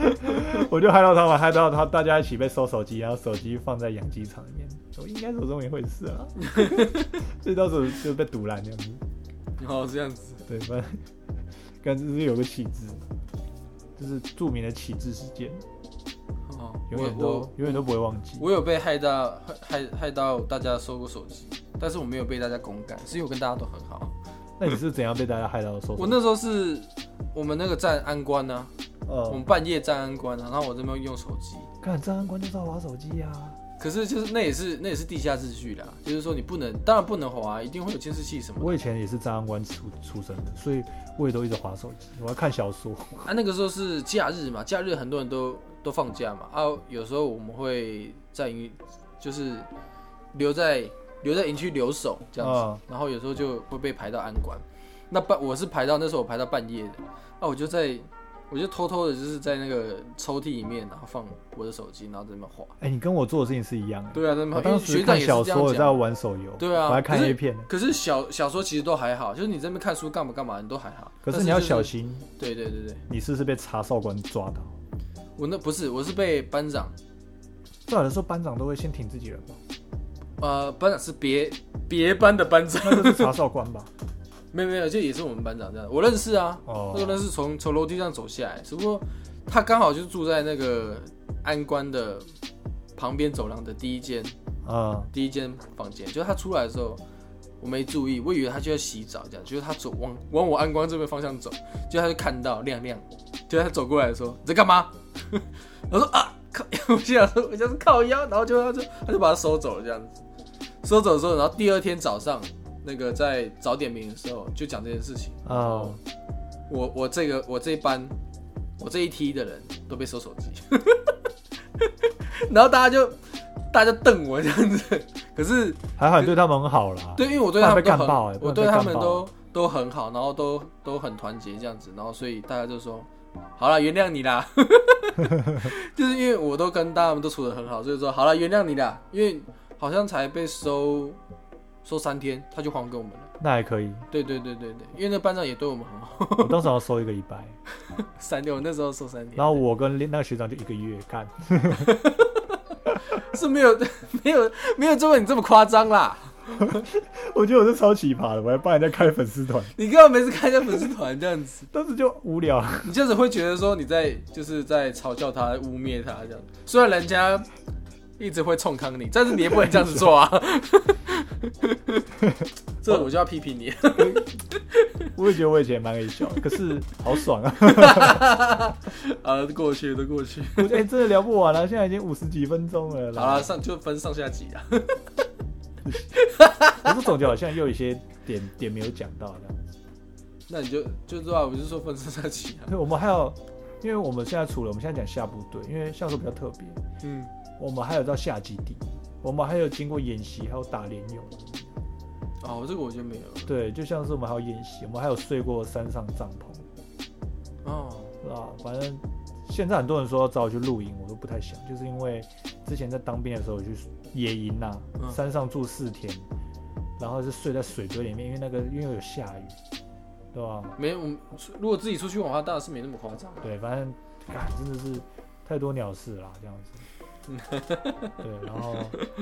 Speaker 2: 我就害到他们，害到他大家一起被收手机，然后手机放在养鸡场里面。我应该手中也会是啊， 所以到时候就被堵烂这样子。
Speaker 1: 然后哦这样子，
Speaker 2: 对，反正感觉是有个启智，就是著名的启智事件，
Speaker 1: 哦，
Speaker 2: 永远
Speaker 1: 我
Speaker 2: 都
Speaker 1: 我
Speaker 2: 永远都不会忘记。
Speaker 1: 我有被害到害害害到大家收过手机，但是我没有被大家公干，是因为我跟大家都很好。
Speaker 2: 那你是怎样被大家害到的？受
Speaker 1: 我那时候是我们那个站安官啊呢、我
Speaker 2: 呃
Speaker 1: 们，半夜站安官啊，然后我这边用手机，
Speaker 2: 看治安官就是要玩手机呀、啊。
Speaker 1: 可是就是那也是那也是地下秩序啦，就是说你不能，当然不能滑、一定会有监视器什么
Speaker 2: 我以前也是治安官出出身的，所以我也都一直划手机，我要看小说。
Speaker 1: 的。啊，那个时候是假日嘛，假日很多人都都放假嘛，啊，有时候我们会在营，就是留在留在营区留守这样子，
Speaker 2: 啊
Speaker 1: 然后有时候就会被排到安管。那半我是排到那时候我排到半夜的，啊，我就在我就偷偷的就是在那个抽屉里面，然后放我的手机，然后在那边滑。
Speaker 2: 哎、你跟我做的事情是一样的。
Speaker 1: 对啊，在那
Speaker 2: 我
Speaker 1: 边滑，因为
Speaker 2: 当时
Speaker 1: 学
Speaker 2: 看
Speaker 1: 长也是
Speaker 2: 小
Speaker 1: 这
Speaker 2: 说，我
Speaker 1: 样
Speaker 2: 在
Speaker 1: 讲。
Speaker 2: 玩手游，
Speaker 1: 对啊
Speaker 2: 我还看
Speaker 1: 可是
Speaker 2: A 片。
Speaker 1: 可是小小说其实都还好，就是你在那边看书干嘛干嘛，你都还好。
Speaker 2: 可
Speaker 1: 但
Speaker 2: 是你要
Speaker 1: 就
Speaker 2: 小心，
Speaker 1: 对对对对，
Speaker 2: 你是不是被查哨官抓到？
Speaker 1: 我那不是，我是被班长，
Speaker 2: 照理说班长都会先挺自己人吧？
Speaker 1: 呃，班长是别别班的班长，
Speaker 2: 那就是查哨官吧？
Speaker 1: 没有没有，就也是我们班长这样，我认识啊，
Speaker 2: 哦
Speaker 1: 那个人是从从楼梯上走下来，只不过他刚好就住在那个安官的旁边走廊的第一间
Speaker 2: 嗯，
Speaker 1: 第一间房间，就是他出来的时候。我没注意，我以为他就要洗澡，这样，就是他走往往我安光这边方向走，就他就看到亮亮，就他走过来说你在干嘛？我说啊靠，我心想说我就是靠腰，然后就他就他就把他收走了这样子，收走之后，然后第二天早上那个在早点名的时候就讲这件事情，
Speaker 2: 哦，
Speaker 1: 我我这个我这一班我这一梯的人都被收手机， 然后大家就大家就瞪我这样子，可是。
Speaker 2: 还好你对他们很好啦。
Speaker 1: 对，因为我对他们都
Speaker 2: 不然被
Speaker 1: 很，
Speaker 2: 干爆欸不
Speaker 1: 我
Speaker 2: 然
Speaker 1: 对
Speaker 2: 被
Speaker 1: 他
Speaker 2: 干
Speaker 1: 们
Speaker 2: 爆
Speaker 1: 都都很好，然后都都很团结这样子，然后所以大家就说，好了，原谅你啦， 就是因为我都跟大家们都处的很好，所以说好了，原谅你啦，因为好像才被收收三天，他就还给我们了。
Speaker 2: 那还 可以。
Speaker 1: 对对对对对，因为那班长也对我们很好，
Speaker 2: 我当时要收一个礼拜，
Speaker 1: 三天我那时候收三天，
Speaker 2: 然后我跟那个学长就一个月看。
Speaker 1: 是没有 没有没有这么你这么夸张啦，
Speaker 2: 我觉得我是超奇葩的，我还帮人家开粉丝团，
Speaker 1: 你根本每次开一下粉丝团这样子。
Speaker 2: 当时就无聊。
Speaker 1: 你这样子会觉得说你在就是在嘲笑他、污蔑他这样。虽然人家一直会冲康你，但是你也不能这样子做啊。 这我就要批评你。
Speaker 2: 我也觉得我以前蛮可以笑的，可是好爽啊！
Speaker 1: 啊，过去都过去。
Speaker 2: 我觉得、哎真的聊不完了、现在已经五十几分钟了
Speaker 1: 好
Speaker 2: 啦。
Speaker 1: 了，上就分上下集啊。
Speaker 2: 可是总结好像又有一些点点没有讲到这样子。
Speaker 1: 那你就就对啊，我就说分上下集啊。
Speaker 2: 对，我们还有，因为我们现在除了我们现在讲下部队，因为下部队比较特别，
Speaker 1: 嗯，
Speaker 2: 我们还有到下基地，我们还有经过演习，还有打联勇。
Speaker 1: 哦，这个我就没有了。
Speaker 2: 对，就像是我们还有演习，我们还有睡过山上帐篷，
Speaker 1: 哦，
Speaker 2: 是吧？啊反正现在很多人说要找我去露营，我都不太想，就是因为之前在当兵的时候我去野营呐、
Speaker 1: 嗯
Speaker 2: 山上住四天，然后是睡在水堆里面，因为那个因为有下雨，对吧？
Speaker 1: 没，我们如果自己出去玩的话，当然是没那么夸张。
Speaker 2: 对，反正，哎，真的是太多鸟事啦，这样子。对，然后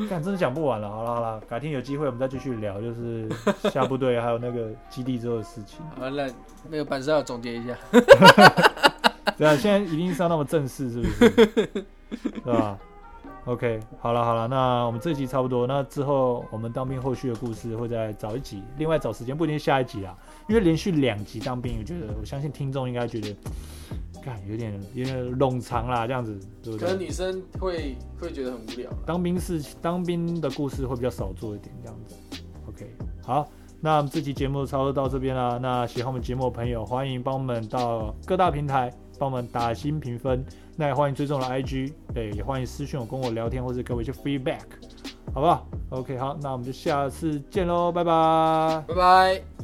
Speaker 2: 但真的讲不完了，好了好了，改天有机会我们再继续聊，就是下部队还有那个基地之后的事情。
Speaker 1: 好，那那个板上要总结一下，
Speaker 2: 对啊，现在一定是要那么正式，是不是？对吧？OK，好了好了，那我们这一集差不多，那之后我们当兵后续的故事会再找一集，另外找时间不一定是下一集啊，因为连续两集当兵，我觉得我相信听众应该觉得，干有点有点冗长啦，这样子，对不
Speaker 1: 可能
Speaker 2: 对？
Speaker 1: 女生会会觉得很无聊啦。
Speaker 2: 当兵是当兵的故事会比较少做一点，这样子。OK，好。那我们这期节目差不多到这边啦。那喜欢我们节目的朋友，欢迎帮我们到各大平台帮我们打新评分。那也欢迎追踪我的 IG，对，也欢迎私讯我跟我聊天，或者给我一些 feedback，好不好？OK，好，那我们就下次见喽，拜拜。
Speaker 1: 拜拜。